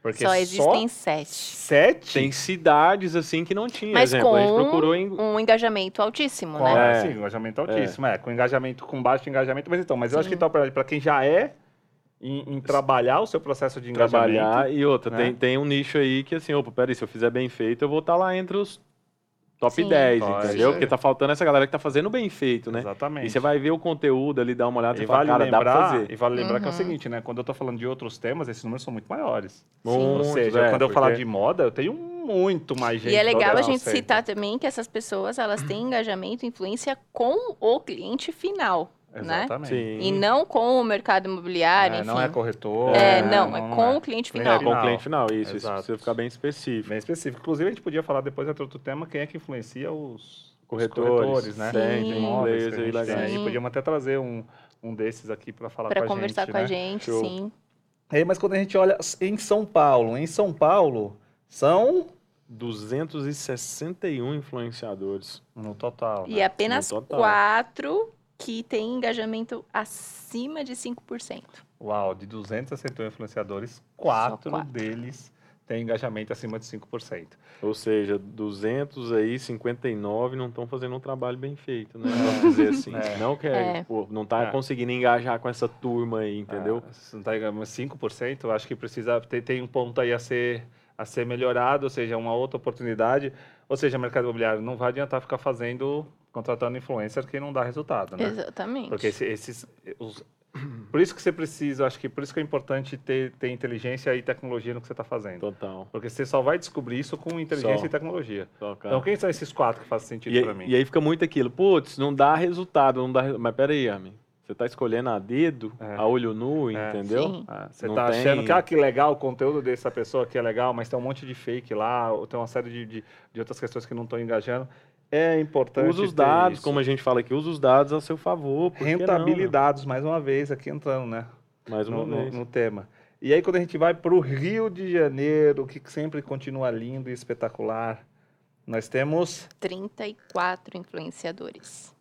Speaker 1: Porque
Speaker 2: só existem sete.
Speaker 1: sete
Speaker 3: Tem cidades assim que não tinha,
Speaker 2: Mas
Speaker 3: exemplo. A gente
Speaker 2: com
Speaker 3: procurou em.
Speaker 2: Um engajamento altíssimo,
Speaker 1: com,
Speaker 2: né?
Speaker 3: É.
Speaker 1: assim, engajamento altíssimo. É. com engajamento, com baixo engajamento. Mas então, mas eu acho
Speaker 2: Sim.
Speaker 1: que tá para quem já é em, em trabalhar o seu processo de engajamento.
Speaker 3: trabalhar e outra.
Speaker 1: né?
Speaker 3: Tem, tem um nicho aí que assim, opa, peraí, se eu fizer bem feito, eu vou estar lá entre os top
Speaker 2: Sim.
Speaker 3: 10,
Speaker 1: Pode.
Speaker 3: entendeu? Porque tá faltando essa galera que tá fazendo bem feito, né?
Speaker 1: Exatamente.
Speaker 3: E você vai ver o conteúdo ali, dá uma olhada,
Speaker 1: E
Speaker 3: você
Speaker 1: vale,
Speaker 3: fala, cara, dá pra
Speaker 1: lembrar,
Speaker 3: fazer.
Speaker 1: e vale lembrar que é o
Speaker 2: Uhum.
Speaker 1: seguinte, né? Quando eu tô falando de outros temas, esses números são muito maiores. Ou
Speaker 3: Muitos,
Speaker 1: seja,
Speaker 3: é,
Speaker 1: quando eu falar
Speaker 3: porque-
Speaker 1: de moda, eu tenho muito mais gente.
Speaker 2: e é legal
Speaker 1: rodando,
Speaker 2: a gente
Speaker 1: sei.
Speaker 2: citar também que essas pessoas, elas têm engajamento e influência com o cliente final, né?
Speaker 1: Exatamente.
Speaker 3: Sim.
Speaker 2: E não com o mercado imobiliário,
Speaker 1: É,
Speaker 2: enfim.
Speaker 1: não é corretor.
Speaker 2: É,
Speaker 3: É,
Speaker 2: não, é com o cliente
Speaker 1: Cliente
Speaker 2: final.
Speaker 3: É, com o
Speaker 1: final.
Speaker 3: cliente final, isso. Isso
Speaker 1: Exato.
Speaker 3: precisa ficar bem específico.
Speaker 1: Bem específico. Inclusive, a gente podia falar depois entre outro tema quem é que influencia os os
Speaker 3: Corretores,
Speaker 1: corretores né?
Speaker 2: tem, tem
Speaker 1: De imóveis
Speaker 3: inglês
Speaker 1: que a
Speaker 3: aí,
Speaker 1: gente tem
Speaker 3: legal.
Speaker 1: aí.
Speaker 2: Sim.
Speaker 1: Podíamos até trazer um, um desses aqui para falar
Speaker 2: Para
Speaker 1: com a
Speaker 2: conversar
Speaker 1: gente.
Speaker 2: com
Speaker 1: né?
Speaker 2: a gente,
Speaker 3: Show.
Speaker 2: sim.
Speaker 1: É, mas quando a gente olha em São Paulo, em São Paulo são
Speaker 3: 261 influenciadores.
Speaker 1: no total.
Speaker 2: E
Speaker 1: né?
Speaker 2: apenas
Speaker 3: No total.
Speaker 2: quatro que têm engajamento acima de 5%.
Speaker 1: Uau, de 200 a 100 influenciadores, quatro,
Speaker 2: quatro.
Speaker 1: deles têm engajamento acima de 5%.
Speaker 3: Ou seja, 200 aí, 59 não estão fazendo um trabalho bem feito, né? Vamos dizer assim.
Speaker 1: É.
Speaker 3: Não quer,
Speaker 2: É.
Speaker 3: pô, não tá
Speaker 1: É.
Speaker 3: conseguindo engajar com essa turma aí, entendeu?
Speaker 1: Ah, se não tá engano, mas 5%, eu acho que precisa tem, tem um ponto aí a ser a ser melhorado, ou seja, uma outra oportunidade. Ou seja, mercado imobiliário não vai adiantar ficar fazendo contratando influencer que não dá resultado, né?
Speaker 2: Exatamente.
Speaker 1: Porque esse- esses os- por isso que você precisa, acho que por isso que é importante ter, ter inteligência e tecnologia no que você está fazendo.
Speaker 3: Total.
Speaker 1: Porque você só vai descobrir isso com inteligência
Speaker 3: Só.
Speaker 1: e tecnologia.
Speaker 3: Total.
Speaker 1: Então, quem são esses quatro que fazem sentido
Speaker 3: E,
Speaker 1: para mim?
Speaker 3: e aí fica muito aquilo, putz, não dá resultado, não dá. re- Mas peraí, Armin, você tá escolhendo a dedo,
Speaker 1: É.
Speaker 3: a olho nu,
Speaker 1: É.
Speaker 3: entendeu?
Speaker 2: Sim.
Speaker 1: Ah, Você
Speaker 3: Não
Speaker 1: tá
Speaker 3: tem-
Speaker 1: achando que, ah, que legal o conteúdo dessa pessoa que é legal, mas tem um monte de fake lá, ou tem uma série de, de, de outras questões que não estão engajando. É importante.
Speaker 3: Usa os
Speaker 1: ter
Speaker 3: dados,
Speaker 1: isso.
Speaker 3: como a gente fala aqui, usa os dados a seu favor. por que não, né?
Speaker 1: Rentabilidados, mais uma vez, aqui entrando, né?
Speaker 3: Mais uma
Speaker 1: No, no-
Speaker 3: vez.
Speaker 1: no tema. E aí, quando a gente vai para o Rio de Janeiro, que sempre continua lindo e espetacular, Nós temos,
Speaker 2: 34 influenciadores.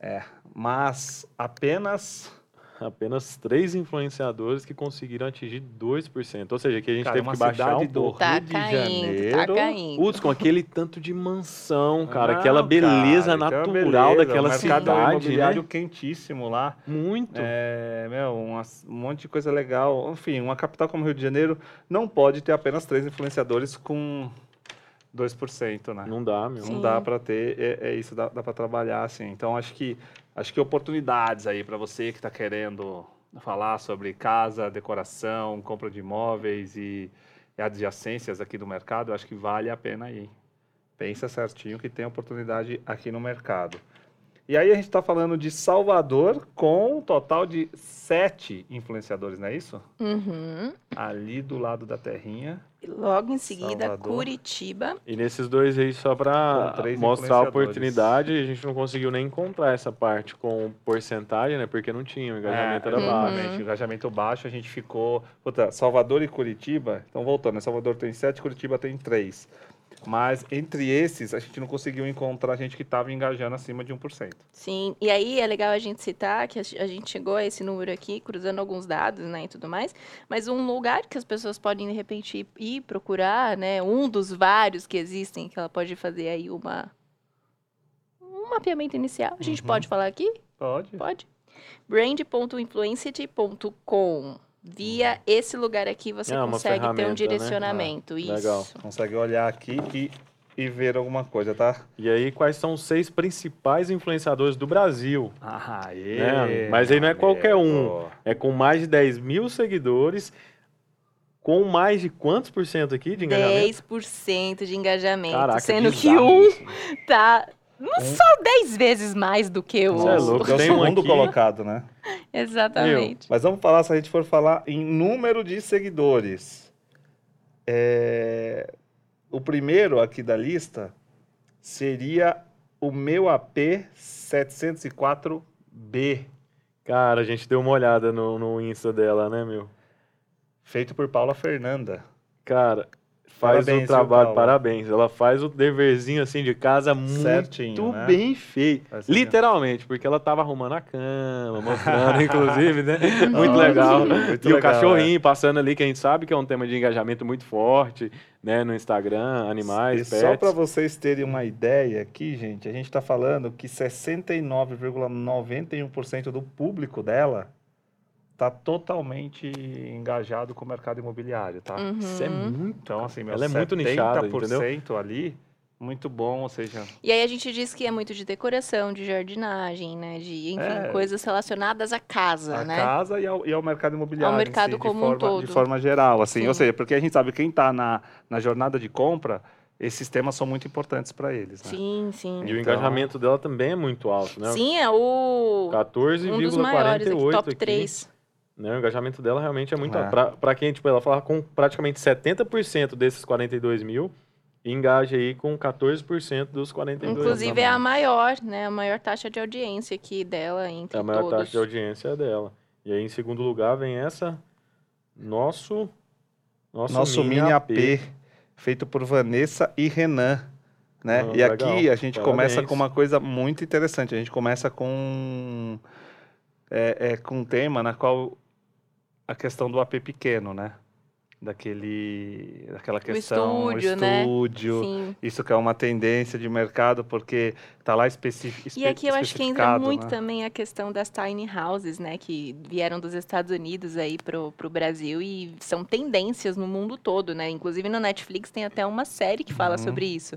Speaker 1: mas apenas.
Speaker 3: Apenas três influenciadores que conseguiram atingir 2%. Ou seja, que a gente
Speaker 1: Cara,
Speaker 3: teve
Speaker 1: uma
Speaker 3: que baixar
Speaker 1: cidade
Speaker 3: um
Speaker 1: do
Speaker 3: pouco.
Speaker 2: Tá
Speaker 1: Rio de
Speaker 2: caindo,
Speaker 1: Janeiro,
Speaker 2: tá caindo.
Speaker 3: Putz, com aquele tanto de mansão, cara.
Speaker 1: Não,
Speaker 3: aquela beleza
Speaker 1: cara, aquela
Speaker 3: natural
Speaker 1: beleza,
Speaker 3: daquela
Speaker 1: o mercado
Speaker 3: cidade,
Speaker 1: imobiliário
Speaker 3: né?
Speaker 1: quentíssimo lá.
Speaker 3: Muito.
Speaker 1: É, meu, uma- um monte de coisa legal. Enfim, uma capital como Rio de Janeiro não pode ter apenas três influenciadores com 2%, né?
Speaker 3: Não dá, meu.
Speaker 1: Não
Speaker 2: Sim.
Speaker 1: dá para ter, é, é isso, dá, dá para trabalhar assim. Então acho que acho que oportunidades aí para você que está querendo falar sobre casa, decoração, compra de imóveis e, e adjacências aqui do mercado, eu acho que vale a pena aí. Pensa certinho que tem oportunidade aqui no mercado. E aí a gente está falando de Salvador com um total de sete influenciadores, não é isso?
Speaker 2: Uhum.
Speaker 1: Ali do lado da terrinha.
Speaker 2: E logo em seguida,
Speaker 1: Salvador.
Speaker 2: Curitiba.
Speaker 3: E nesses dois aí, só pra
Speaker 1: Com três
Speaker 3: mostrar a
Speaker 1: influenciadores.
Speaker 3: oportunidade, a gente não conseguiu nem encontrar essa parte com porcentagem, né? Porque não tinha, o engajamento
Speaker 1: É,
Speaker 3: era baixo.
Speaker 1: exatamente. Engajamento baixo, a gente ficou. Puta, Salvador e Curitiba. Então, voltando, né? Salvador tem sete, Curitiba tem três. Mas entre esses, a gente não conseguiu encontrar gente que estava engajando acima de 1%.
Speaker 2: Sim, e aí é legal a gente citar que a a gente chegou a esse número aqui, cruzando alguns dados, né, e tudo mais, mas um lugar que as pessoas podem, de repente, ir- ir procurar, né, um dos vários que existem, que ela pode fazer aí uma... um mapeamento inicial. A gente
Speaker 1: Uhum.
Speaker 2: pode falar aqui?
Speaker 1: Pode.
Speaker 2: Pode. Brand.influencity.com. Via esse lugar aqui, você
Speaker 3: Hum. É, uma
Speaker 2: consegue ter
Speaker 3: ferramenta,
Speaker 2: um
Speaker 3: né?
Speaker 2: direcionamento. Isso.
Speaker 3: legal.
Speaker 1: Consegue olhar aqui e, e ver alguma coisa, tá?
Speaker 3: E aí, quais são os seis principais influenciadores do Brasil?
Speaker 1: Ah,
Speaker 3: É, mas aí não é qualquer um. É com mais de 10 mil seguidores, com mais de quantos por cento aqui de engajamento?
Speaker 2: 10% de engajamento.
Speaker 3: Caraca,
Speaker 2: sendo que
Speaker 3: bizarro
Speaker 2: um
Speaker 3: isso.
Speaker 2: tá. Não
Speaker 1: Um-
Speaker 2: são 10 vezes mais do que o
Speaker 3: Você é
Speaker 2: outro.
Speaker 3: louco,
Speaker 1: é o
Speaker 3: tem um
Speaker 1: segundo
Speaker 3: aqui.
Speaker 1: colocado, né?
Speaker 2: Exatamente.
Speaker 1: Mas vamos falar, se a gente for falar em número de seguidores. É, O primeiro aqui da lista seria o meu AP 704B,
Speaker 3: Cara, a gente deu uma olhada no, no Insta dela, né, meu?
Speaker 1: feito por Paula Fernanda.
Speaker 3: Cara, faz
Speaker 1: Parabéns,
Speaker 3: o
Speaker 1: viu,
Speaker 3: trabalho,
Speaker 1: Paula?
Speaker 3: parabéns. Ela faz o deverzinho assim de casa muito
Speaker 1: Certinho,
Speaker 3: Muito
Speaker 1: né?
Speaker 3: bem feito.
Speaker 1: Faz assim, ó.
Speaker 3: Literalmente, porque ela tava arrumando a cama, mostrando, inclusive, né? Muito
Speaker 1: Olha,
Speaker 3: legal.
Speaker 1: muito
Speaker 3: e
Speaker 1: legal,
Speaker 3: o cachorrinho passando ali, que a gente sabe que é um tema de engajamento muito forte, né? No Instagram,
Speaker 1: E
Speaker 3: animais, pets.
Speaker 1: só para vocês terem uma ideia aqui, gente, a gente está falando que 69,91% do público dela está totalmente engajado com o mercado imobiliário, tá?
Speaker 2: Uhum.
Speaker 3: Isso é muito.
Speaker 1: Então, assim, meu,
Speaker 3: Ela é muito
Speaker 1: 70%
Speaker 3: nichada,
Speaker 1: ali, muito bom, ou seja,
Speaker 2: E aí a gente diz que é muito de decoração, de jardinagem, né? De, enfim,
Speaker 1: É.
Speaker 2: coisas relacionadas à casa,
Speaker 1: a
Speaker 2: né?
Speaker 1: casa e ao, e ao mercado imobiliário.
Speaker 2: Ao
Speaker 1: em
Speaker 2: mercado
Speaker 1: si,
Speaker 2: como um
Speaker 1: de forma,
Speaker 2: todo.
Speaker 1: De forma geral, assim. Ou
Speaker 2: Sim.
Speaker 1: seja, porque a gente sabe quem está na, na jornada de compra, esses temas são muito importantes para eles, né?
Speaker 2: Sim, sim.
Speaker 3: E
Speaker 1: Então-
Speaker 3: o engajamento dela também é muito alto, né?
Speaker 2: Sim, é o. Um dos maiores, aqui,
Speaker 3: 14,48
Speaker 2: top
Speaker 3: aqui.
Speaker 2: 3.
Speaker 3: Né? O engajamento dela realmente é muito
Speaker 1: É.
Speaker 3: alto. Pra, pra quem, tipo, ela fala com praticamente 70% desses 42 mil e engaja aí com 14% dos 42 mil.
Speaker 2: Inclusive é a maior, né? A maior taxa de audiência aqui dela entre
Speaker 3: É a maior
Speaker 2: todos.
Speaker 3: taxa de audiência é dela. E aí, em segundo lugar, vem essa. Nosso. Nosso,
Speaker 1: Nosso mini AP, feito por Vanessa e Renan. Né?
Speaker 3: Ah,
Speaker 1: e aqui
Speaker 3: legal.
Speaker 1: a gente começa
Speaker 3: Parabéns.
Speaker 1: com uma coisa muito interessante. A gente começa com, é, é, com um tema na qual a questão do AP pequeno, né? Daquele, daquela questão,
Speaker 2: estúdio, né?
Speaker 1: estúdio.
Speaker 2: Sim.
Speaker 1: Isso que é uma tendência de mercado, porque tá lá específico.
Speaker 2: E aqui eu acho que entra
Speaker 1: né?
Speaker 2: muito também a questão das tiny houses, né? Que vieram dos Estados Unidos aí pro, pro Brasil e são tendências no mundo todo, né? Inclusive no Netflix tem até uma série que fala
Speaker 1: Uhum.
Speaker 2: sobre isso.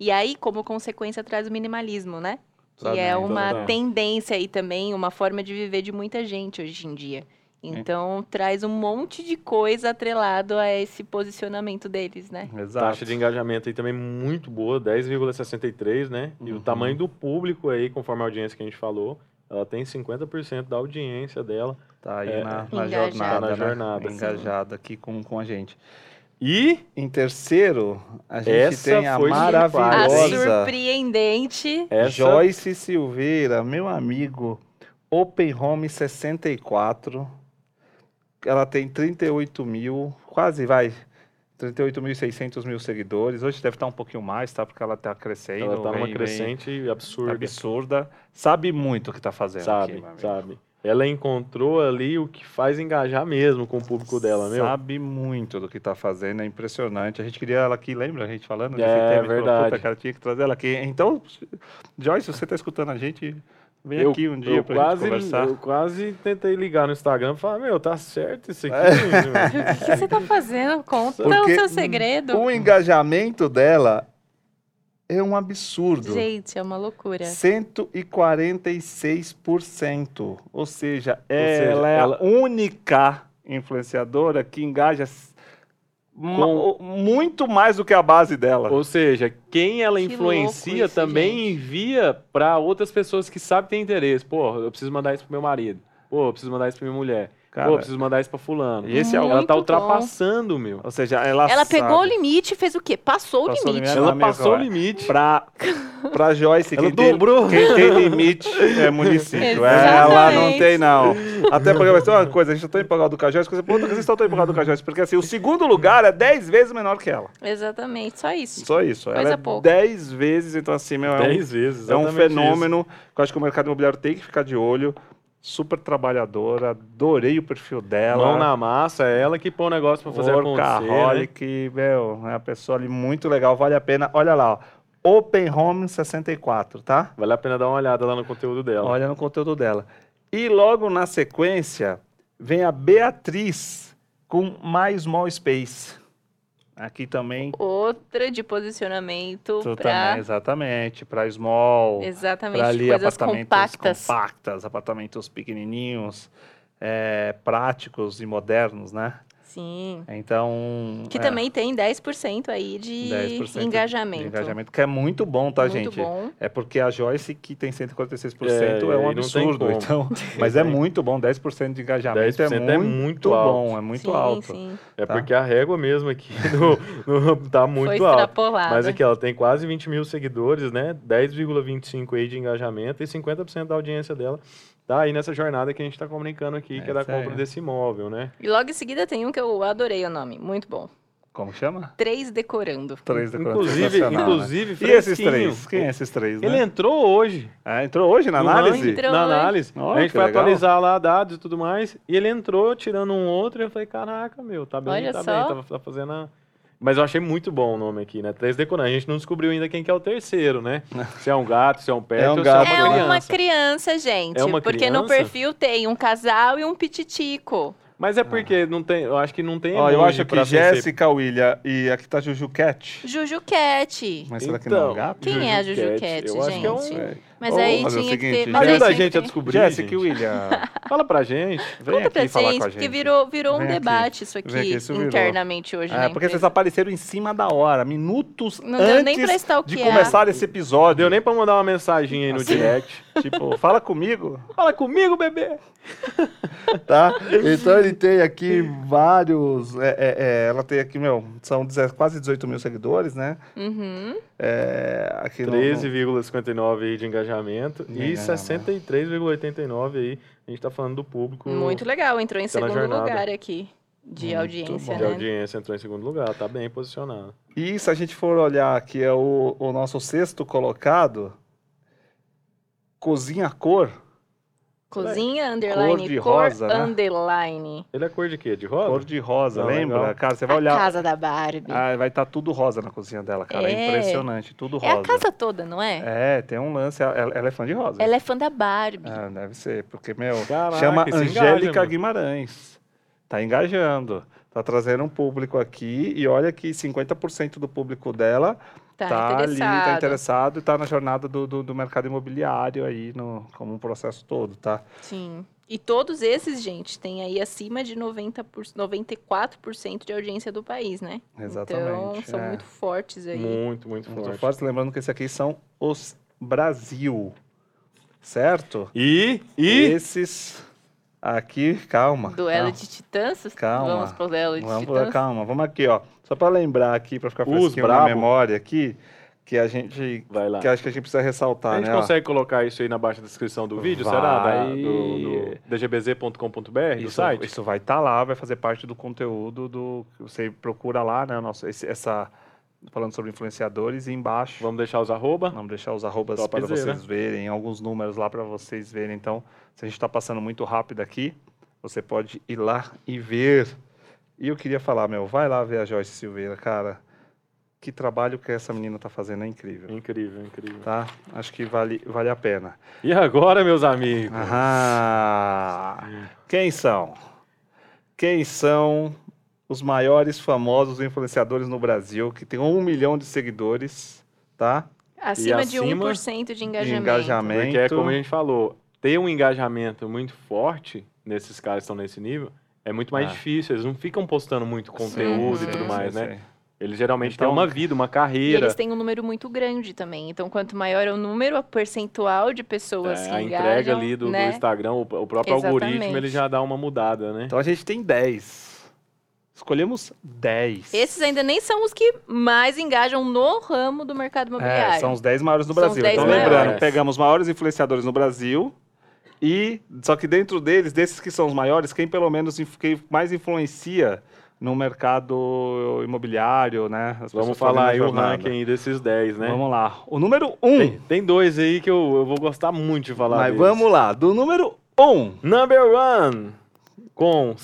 Speaker 2: E aí, como consequência, traz o minimalismo, né?
Speaker 3: Tá
Speaker 2: Que é uma
Speaker 3: Exatamente.
Speaker 2: tendência aí também, uma forma de viver de muita gente hoje em dia. Então, traz um monte de coisa atrelado a esse posicionamento deles, né?
Speaker 1: Exato.
Speaker 3: Taxa de engajamento aí também muito boa, 10,63, né? E
Speaker 1: Uhum.
Speaker 3: o tamanho do público aí, conforme a audiência que a gente falou, ela tem 50% da audiência dela.
Speaker 1: Tá aí
Speaker 3: É,
Speaker 1: na, na
Speaker 2: Engajada.
Speaker 1: jornada.
Speaker 3: Tá na
Speaker 1: né?
Speaker 3: jornada, sim.
Speaker 1: Engajada aqui com, com a gente.
Speaker 3: E
Speaker 1: Em terceiro, a gente
Speaker 3: Essa
Speaker 1: tem a
Speaker 3: foi
Speaker 2: A
Speaker 3: Olha.
Speaker 1: maravilhosa
Speaker 2: surpreendente.
Speaker 1: É.
Speaker 3: essa
Speaker 1: Joyce Silveira, meu amigo, Open Home 64. Ela tem 38 mil, quase vai, 38.600 mil seguidores. Hoje deve estar um pouquinho mais, tá? Porque ela está crescendo.
Speaker 3: Ela tá
Speaker 1: vem-
Speaker 3: numa
Speaker 1: vem
Speaker 3: crescente absurda.
Speaker 1: absurda. Sabe muito o que está fazendo
Speaker 3: sabe,
Speaker 1: aqui, meu amigo.
Speaker 3: sabe. Ela encontrou ali o que faz engajar mesmo com o público dela, meu.
Speaker 1: Sabe muito do que tá fazendo, é impressionante. A gente queria ela aqui, lembra a gente falando?
Speaker 3: É,
Speaker 1: tema? A gente falou,
Speaker 3: verdade.
Speaker 1: Puta, cara, tinha que trazer ela aqui. Então, Joyce, você tá escutando a gente, vem
Speaker 3: Eu-
Speaker 1: aqui um dia
Speaker 3: eu
Speaker 1: pra
Speaker 3: quase,
Speaker 1: gente conversar.
Speaker 3: Eu quase tentei ligar no Instagram e falar, meu, tá certo isso aqui.
Speaker 2: O que, que você tá fazendo? Conta
Speaker 1: Porque-
Speaker 2: o seu segredo.
Speaker 1: O engajamento dela é um absurdo.
Speaker 2: Gente, é uma loucura.
Speaker 1: 146%. Ou seja, é-
Speaker 3: seja,
Speaker 1: ela é
Speaker 3: ela-
Speaker 1: a única influenciadora que engaja s- ma-
Speaker 3: Com-
Speaker 1: o- muito mais do que a base dela.
Speaker 3: Ou seja, quem ela
Speaker 2: Que louco
Speaker 3: influencia
Speaker 2: isso,
Speaker 3: também
Speaker 2: gente.
Speaker 3: envia pra outras pessoas que sabem ter interesse. Pô, eu preciso mandar isso pro meu marido. Pô, eu preciso mandar isso pra minha mulher.
Speaker 1: Cara,
Speaker 3: Pô, eu preciso mandar isso pra fulano.
Speaker 1: E esse é o-
Speaker 3: ela
Speaker 2: Muito
Speaker 3: tá
Speaker 2: bom.
Speaker 3: ultrapassando, meu.
Speaker 1: ou seja, ela
Speaker 2: Ela pegou o
Speaker 1: sabe.
Speaker 2: limite e fez o quê?
Speaker 1: Passou
Speaker 2: Passou, o
Speaker 1: o
Speaker 2: limite.
Speaker 1: limite.
Speaker 3: Ela
Speaker 1: mesmo,
Speaker 3: passou o
Speaker 1: é.
Speaker 3: limite.
Speaker 1: Pra, pra Joyce,
Speaker 3: Ela
Speaker 1: quem tem,
Speaker 3: dobrou.
Speaker 1: quem tem limite é município. É, Ela
Speaker 2: Exatamente.
Speaker 1: não tem, não. Até porque vai ser uma coisa, a gente tá empolgado do Cajóis, porque vocês estão tão empolgado do Cajóis, porque assim, o segundo lugar é 10 vezes menor que ela.
Speaker 2: Exatamente, só isso.
Speaker 1: Só isso. Ela
Speaker 2: Coisa
Speaker 1: é
Speaker 2: pouca.
Speaker 1: 10 vezes, então assim, meu, é um
Speaker 3: Dez vezes.
Speaker 1: É um
Speaker 3: exatamente
Speaker 1: fenômeno que eu acho que o mercado imobiliário tem que ficar de olho. Super trabalhadora, adorei o perfil
Speaker 3: isso.
Speaker 1: dela.
Speaker 3: Mão na massa, é ela que põe o negócio pra fazer acontecer. né?
Speaker 1: Workaholic, meu, é uma pessoa ali muito legal, vale a pena. Olha lá, ó. Open Home 64, tá?
Speaker 3: Vale a pena dar uma olhada lá no conteúdo
Speaker 2: Então.
Speaker 3: dela.
Speaker 1: Olha no conteúdo dela. E logo na sequência vem a Beatriz com mais Small Space. Aqui também.
Speaker 2: Outra de posicionamento
Speaker 1: tu também,
Speaker 2: pra...
Speaker 1: exatamente, para Small.
Speaker 2: Exatamente,
Speaker 1: para ali
Speaker 2: coisas
Speaker 1: apartamentos compactas.
Speaker 2: compactas.
Speaker 1: apartamentos pequenininhos, é, práticos e modernos, né?
Speaker 2: Sim.
Speaker 1: Então
Speaker 2: Que
Speaker 1: é,
Speaker 2: também tem 10% aí de
Speaker 1: 10%
Speaker 2: engajamento.
Speaker 1: de engajamento que é muito bom, tá
Speaker 2: Muito
Speaker 1: gente?
Speaker 2: bom.
Speaker 1: É porque a Joyce que tem 146% é,
Speaker 3: É, e aí
Speaker 1: um
Speaker 3: não tem
Speaker 1: absurdo,
Speaker 3: como.
Speaker 1: então. Mas é
Speaker 3: tem.
Speaker 1: muito bom, 10% de engajamento
Speaker 3: 10%
Speaker 1: é
Speaker 3: é
Speaker 1: muito,
Speaker 3: muito alto.
Speaker 1: bom, é muito
Speaker 2: sim,
Speaker 1: alto.
Speaker 2: Sim.
Speaker 3: É
Speaker 1: Tá.
Speaker 3: porque a régua mesmo aqui no- no- tá
Speaker 2: Foi
Speaker 3: muito alta.
Speaker 2: extrapolada.
Speaker 1: é
Speaker 3: Mas aqui, ela tem quase 20 mil seguidores, né? 10,25 aí de engajamento e 50% da audiência dela tá aí nessa jornada que a gente tá comunicando aqui, que é
Speaker 1: É
Speaker 3: da
Speaker 1: isso aí.
Speaker 3: compra desse imóvel, né?
Speaker 2: E logo em seguida tem um que eu adorei o nome. Muito bom. Como?
Speaker 1: Como chama?
Speaker 2: Três decorando.
Speaker 1: Três da Corinthians,
Speaker 3: Inclusive,
Speaker 1: é sensacional, né?
Speaker 3: inclusive,
Speaker 1: E esses
Speaker 3: fresquinho.
Speaker 1: três? Quem é esses três, né?
Speaker 3: Ele entrou hoje
Speaker 1: Ah, entrou hoje na
Speaker 3: No
Speaker 1: análise?
Speaker 2: ranking. Entrou
Speaker 3: na
Speaker 2: hoje.
Speaker 3: análise.
Speaker 1: Olha,
Speaker 3: a gente
Speaker 1: que
Speaker 3: foi
Speaker 1: legal.
Speaker 3: atualizar lá dados e tudo mais. E ele entrou tirando um outro. E eu falei, caraca, meu, tá bem,
Speaker 2: Olha
Speaker 3: tá
Speaker 2: só.
Speaker 3: bem. Tá, tá fazendo a... Mas eu achei muito bom o nome aqui, né? 3 Decoran. A gente não descobriu ainda quem que é o terceiro, né? Se é um gato, se é um pet
Speaker 1: É um
Speaker 3: ou
Speaker 1: gato,
Speaker 3: se
Speaker 2: É
Speaker 3: é uma
Speaker 2: uma
Speaker 3: criança.
Speaker 2: criança, gente.
Speaker 3: É uma
Speaker 2: porque no
Speaker 3: criança?
Speaker 2: perfil tem um casal e um pititico.
Speaker 3: Mas é porque não tem, eu acho que não tem
Speaker 1: Ó, eu
Speaker 3: emoji
Speaker 1: acho que
Speaker 3: pra ser-
Speaker 1: Jéssica, William e aqui tá Juju Cat.
Speaker 2: Juju Cat.
Speaker 1: Mas será que não é um
Speaker 3: Então,
Speaker 1: gato?
Speaker 2: Quem é a Juju
Speaker 3: Juju
Speaker 2: Cat,
Speaker 3: Cat? Eu acho que é um-
Speaker 2: gente?
Speaker 1: É.
Speaker 2: Mas
Speaker 1: Ô,
Speaker 2: aí
Speaker 1: fazer o
Speaker 2: tinha que
Speaker 1: seguinte,
Speaker 2: ter. Mas assim, aí
Speaker 3: Ajuda a
Speaker 2: tinha que
Speaker 3: gente a
Speaker 2: ter-
Speaker 3: descobrir,
Speaker 1: Jéssica e
Speaker 3: gente.
Speaker 1: William,
Speaker 3: Fala pra gente.
Speaker 1: vem
Speaker 2: Conta pra
Speaker 1: aqui falar
Speaker 2: gente,
Speaker 1: com a
Speaker 2: porque
Speaker 1: gente.
Speaker 2: virou, virou um
Speaker 1: Vem aqui.
Speaker 2: debate isso aqui,
Speaker 1: Vem aqui, isso virou.
Speaker 2: internamente hoje,
Speaker 1: É,
Speaker 2: né?
Speaker 1: porque vocês apareceram em cima da hora, minutos
Speaker 2: Não
Speaker 1: antes
Speaker 2: deu nem pra
Speaker 1: de
Speaker 2: stalkear.
Speaker 1: começar esse episódio.
Speaker 3: Deu nem pra mandar uma mensagem aí no
Speaker 1: Assim.
Speaker 3: direct.
Speaker 1: Tipo, fala comigo,
Speaker 3: Fala comigo, bebê!
Speaker 1: tá? Então ele tem aqui vários. é, é, é, ela tem aqui, meu, são deze- quase 18 mil seguidores, né?
Speaker 2: Uhum.
Speaker 1: É, aqui no- no-
Speaker 3: 13,59 aí de engajamento
Speaker 1: De
Speaker 3: e
Speaker 1: engajamento.
Speaker 3: 63,89 aí. A gente tá falando do público
Speaker 2: Muito legal, entrou em
Speaker 3: Tá na
Speaker 2: segundo
Speaker 3: jornada.
Speaker 2: lugar aqui de
Speaker 1: Muito
Speaker 2: audiência,
Speaker 1: bom.
Speaker 3: de
Speaker 2: né?
Speaker 3: audiência, entrou em segundo lugar, tá bem posicionado.
Speaker 1: E se a gente for olhar aqui, é o, o nosso sexto colocado. Cozinha cor.
Speaker 2: Cozinha, underline,
Speaker 1: de
Speaker 2: cor,
Speaker 1: rosa, né?
Speaker 2: underline.
Speaker 3: Ele é cor de quê? De rosa?
Speaker 1: Cor de rosa,
Speaker 3: Ah,
Speaker 1: lembra?
Speaker 3: legal.
Speaker 1: Cara, você vai
Speaker 2: A
Speaker 1: olhar.
Speaker 2: casa da Barbie.
Speaker 1: Ah, vai estar tudo rosa na cozinha dela, cara. É,
Speaker 2: É.
Speaker 1: impressionante, tudo
Speaker 2: é
Speaker 1: rosa.
Speaker 2: a casa toda, não é?
Speaker 1: É, tem um lance. Ela, ela é fã de rosa.
Speaker 2: Ela é fã da Barbie.
Speaker 1: Ah, deve ser, porque, meu,
Speaker 3: Caraca,
Speaker 1: chama
Speaker 3: isso engaja,
Speaker 1: Angélica
Speaker 3: mano.
Speaker 1: Guimarães. Tá engajando. Tá trazendo um público aqui e olha que 50% do público dela
Speaker 2: tá,
Speaker 1: tá, ali, tá
Speaker 2: interessada.
Speaker 1: interessado e tá na jornada do, do, do mercado imobiliário aí, no, como um processo todo, tá?
Speaker 2: Sim. E todos esses, gente, tem aí acima de 90 por... 94% de audiência do país, né? Então,
Speaker 1: Exatamente,
Speaker 2: são
Speaker 1: é.
Speaker 2: muito fortes aí.
Speaker 3: Muito, muito
Speaker 1: Muito
Speaker 3: forte.
Speaker 1: forte. Lembrando que esses aqui são os Brasil, certo?
Speaker 3: E, e,
Speaker 1: Esses aqui, calma.
Speaker 2: Duelo
Speaker 1: calma.
Speaker 2: de então. titãs?
Speaker 1: Calma.
Speaker 2: Vamos pro duelo de
Speaker 1: Vamos,
Speaker 2: titãs?
Speaker 1: calma, vamos aqui, ó. Só pra lembrar aqui, pra ficar
Speaker 3: Os
Speaker 1: fresquinho na
Speaker 3: brabo.
Speaker 1: memória aqui, que a gente.
Speaker 3: Vai lá.
Speaker 1: Que acho que a gente precisa ressaltar,
Speaker 3: a gente
Speaker 1: né? ó.
Speaker 3: consegue colocar isso aí na baixa descrição do vídeo,
Speaker 1: Vai.
Speaker 3: será? Da, do, do dgbz.com.br, do
Speaker 1: É, Isso,
Speaker 3: site?
Speaker 1: isso vai estar lá, vai fazer parte do conteúdo do. Você procura lá, né? Nossa, esse- essa. Falando sobre influenciadores, e embaixo.
Speaker 3: Vamos deixar os arroba?
Speaker 1: Vamos deixar os arrobas
Speaker 3: Top
Speaker 1: para
Speaker 3: Z, né?
Speaker 1: vocês verem, alguns números lá para vocês verem. Então, se a gente está passando muito rápido aqui, você pode ir lá e ver. E eu queria falar, meu, vai lá ver a Joyce Silveira, cara. Que trabalho que essa menina tá fazendo é incrível,
Speaker 3: Incrível, incrível.
Speaker 1: tá? Acho que vale, vale a pena.
Speaker 3: E agora, meus amigos?
Speaker 1: Ah, quem são? Quem são os maiores famosos influenciadores no Brasil que tem um milhão de seguidores, tá?
Speaker 2: Acima de
Speaker 3: acima
Speaker 2: 1% de engajamento.
Speaker 1: engajamento.
Speaker 3: Porque é como a gente falou, ter um engajamento muito forte nesses caras que estão nesse nível é muito mais
Speaker 1: Ah.
Speaker 3: difícil. Eles não ficam postando muito conteúdo
Speaker 2: Sim,
Speaker 3: e tudo
Speaker 2: sim,
Speaker 3: mais,
Speaker 1: sim,
Speaker 3: né?
Speaker 1: sim.
Speaker 3: Eles geralmente
Speaker 1: Então-
Speaker 3: têm uma vida, uma
Speaker 2: E
Speaker 3: carreira.
Speaker 2: eles têm um número muito grande também. Então, quanto maior é o número, a percentual de pessoas
Speaker 3: É,
Speaker 2: que
Speaker 3: a
Speaker 2: assim, engajam,
Speaker 3: entrega ali do, do
Speaker 2: né?
Speaker 3: Instagram, o, o próprio algoritmo,
Speaker 2: Exatamente.
Speaker 3: ele já dá uma mudada, né?
Speaker 1: Então a gente tem 10. Escolhemos 10.
Speaker 2: Esses ainda nem são os que mais engajam no ramo do mercado imobiliário.
Speaker 1: é, são os 10 maiores do
Speaker 2: São os
Speaker 1: Brasil.
Speaker 2: 10
Speaker 1: Então
Speaker 3: maiores.
Speaker 1: lembrando, que pegamos os maiores influenciadores no Brasil e só que dentro deles, desses que são os maiores, quem pelo menos inf- quem mais influencia no mercado imobiliário, né? As pessoas
Speaker 3: Vamos
Speaker 1: fazendo
Speaker 3: falar aí o
Speaker 1: jornada.
Speaker 3: ranking aí desses 10, né?
Speaker 1: Vamos lá. O número 1. Um,
Speaker 3: Tem, tem dois aí que eu, eu vou gostar muito de falar
Speaker 1: mas
Speaker 3: deles.
Speaker 1: vamos lá. Do número 1. Um,
Speaker 3: Number one, com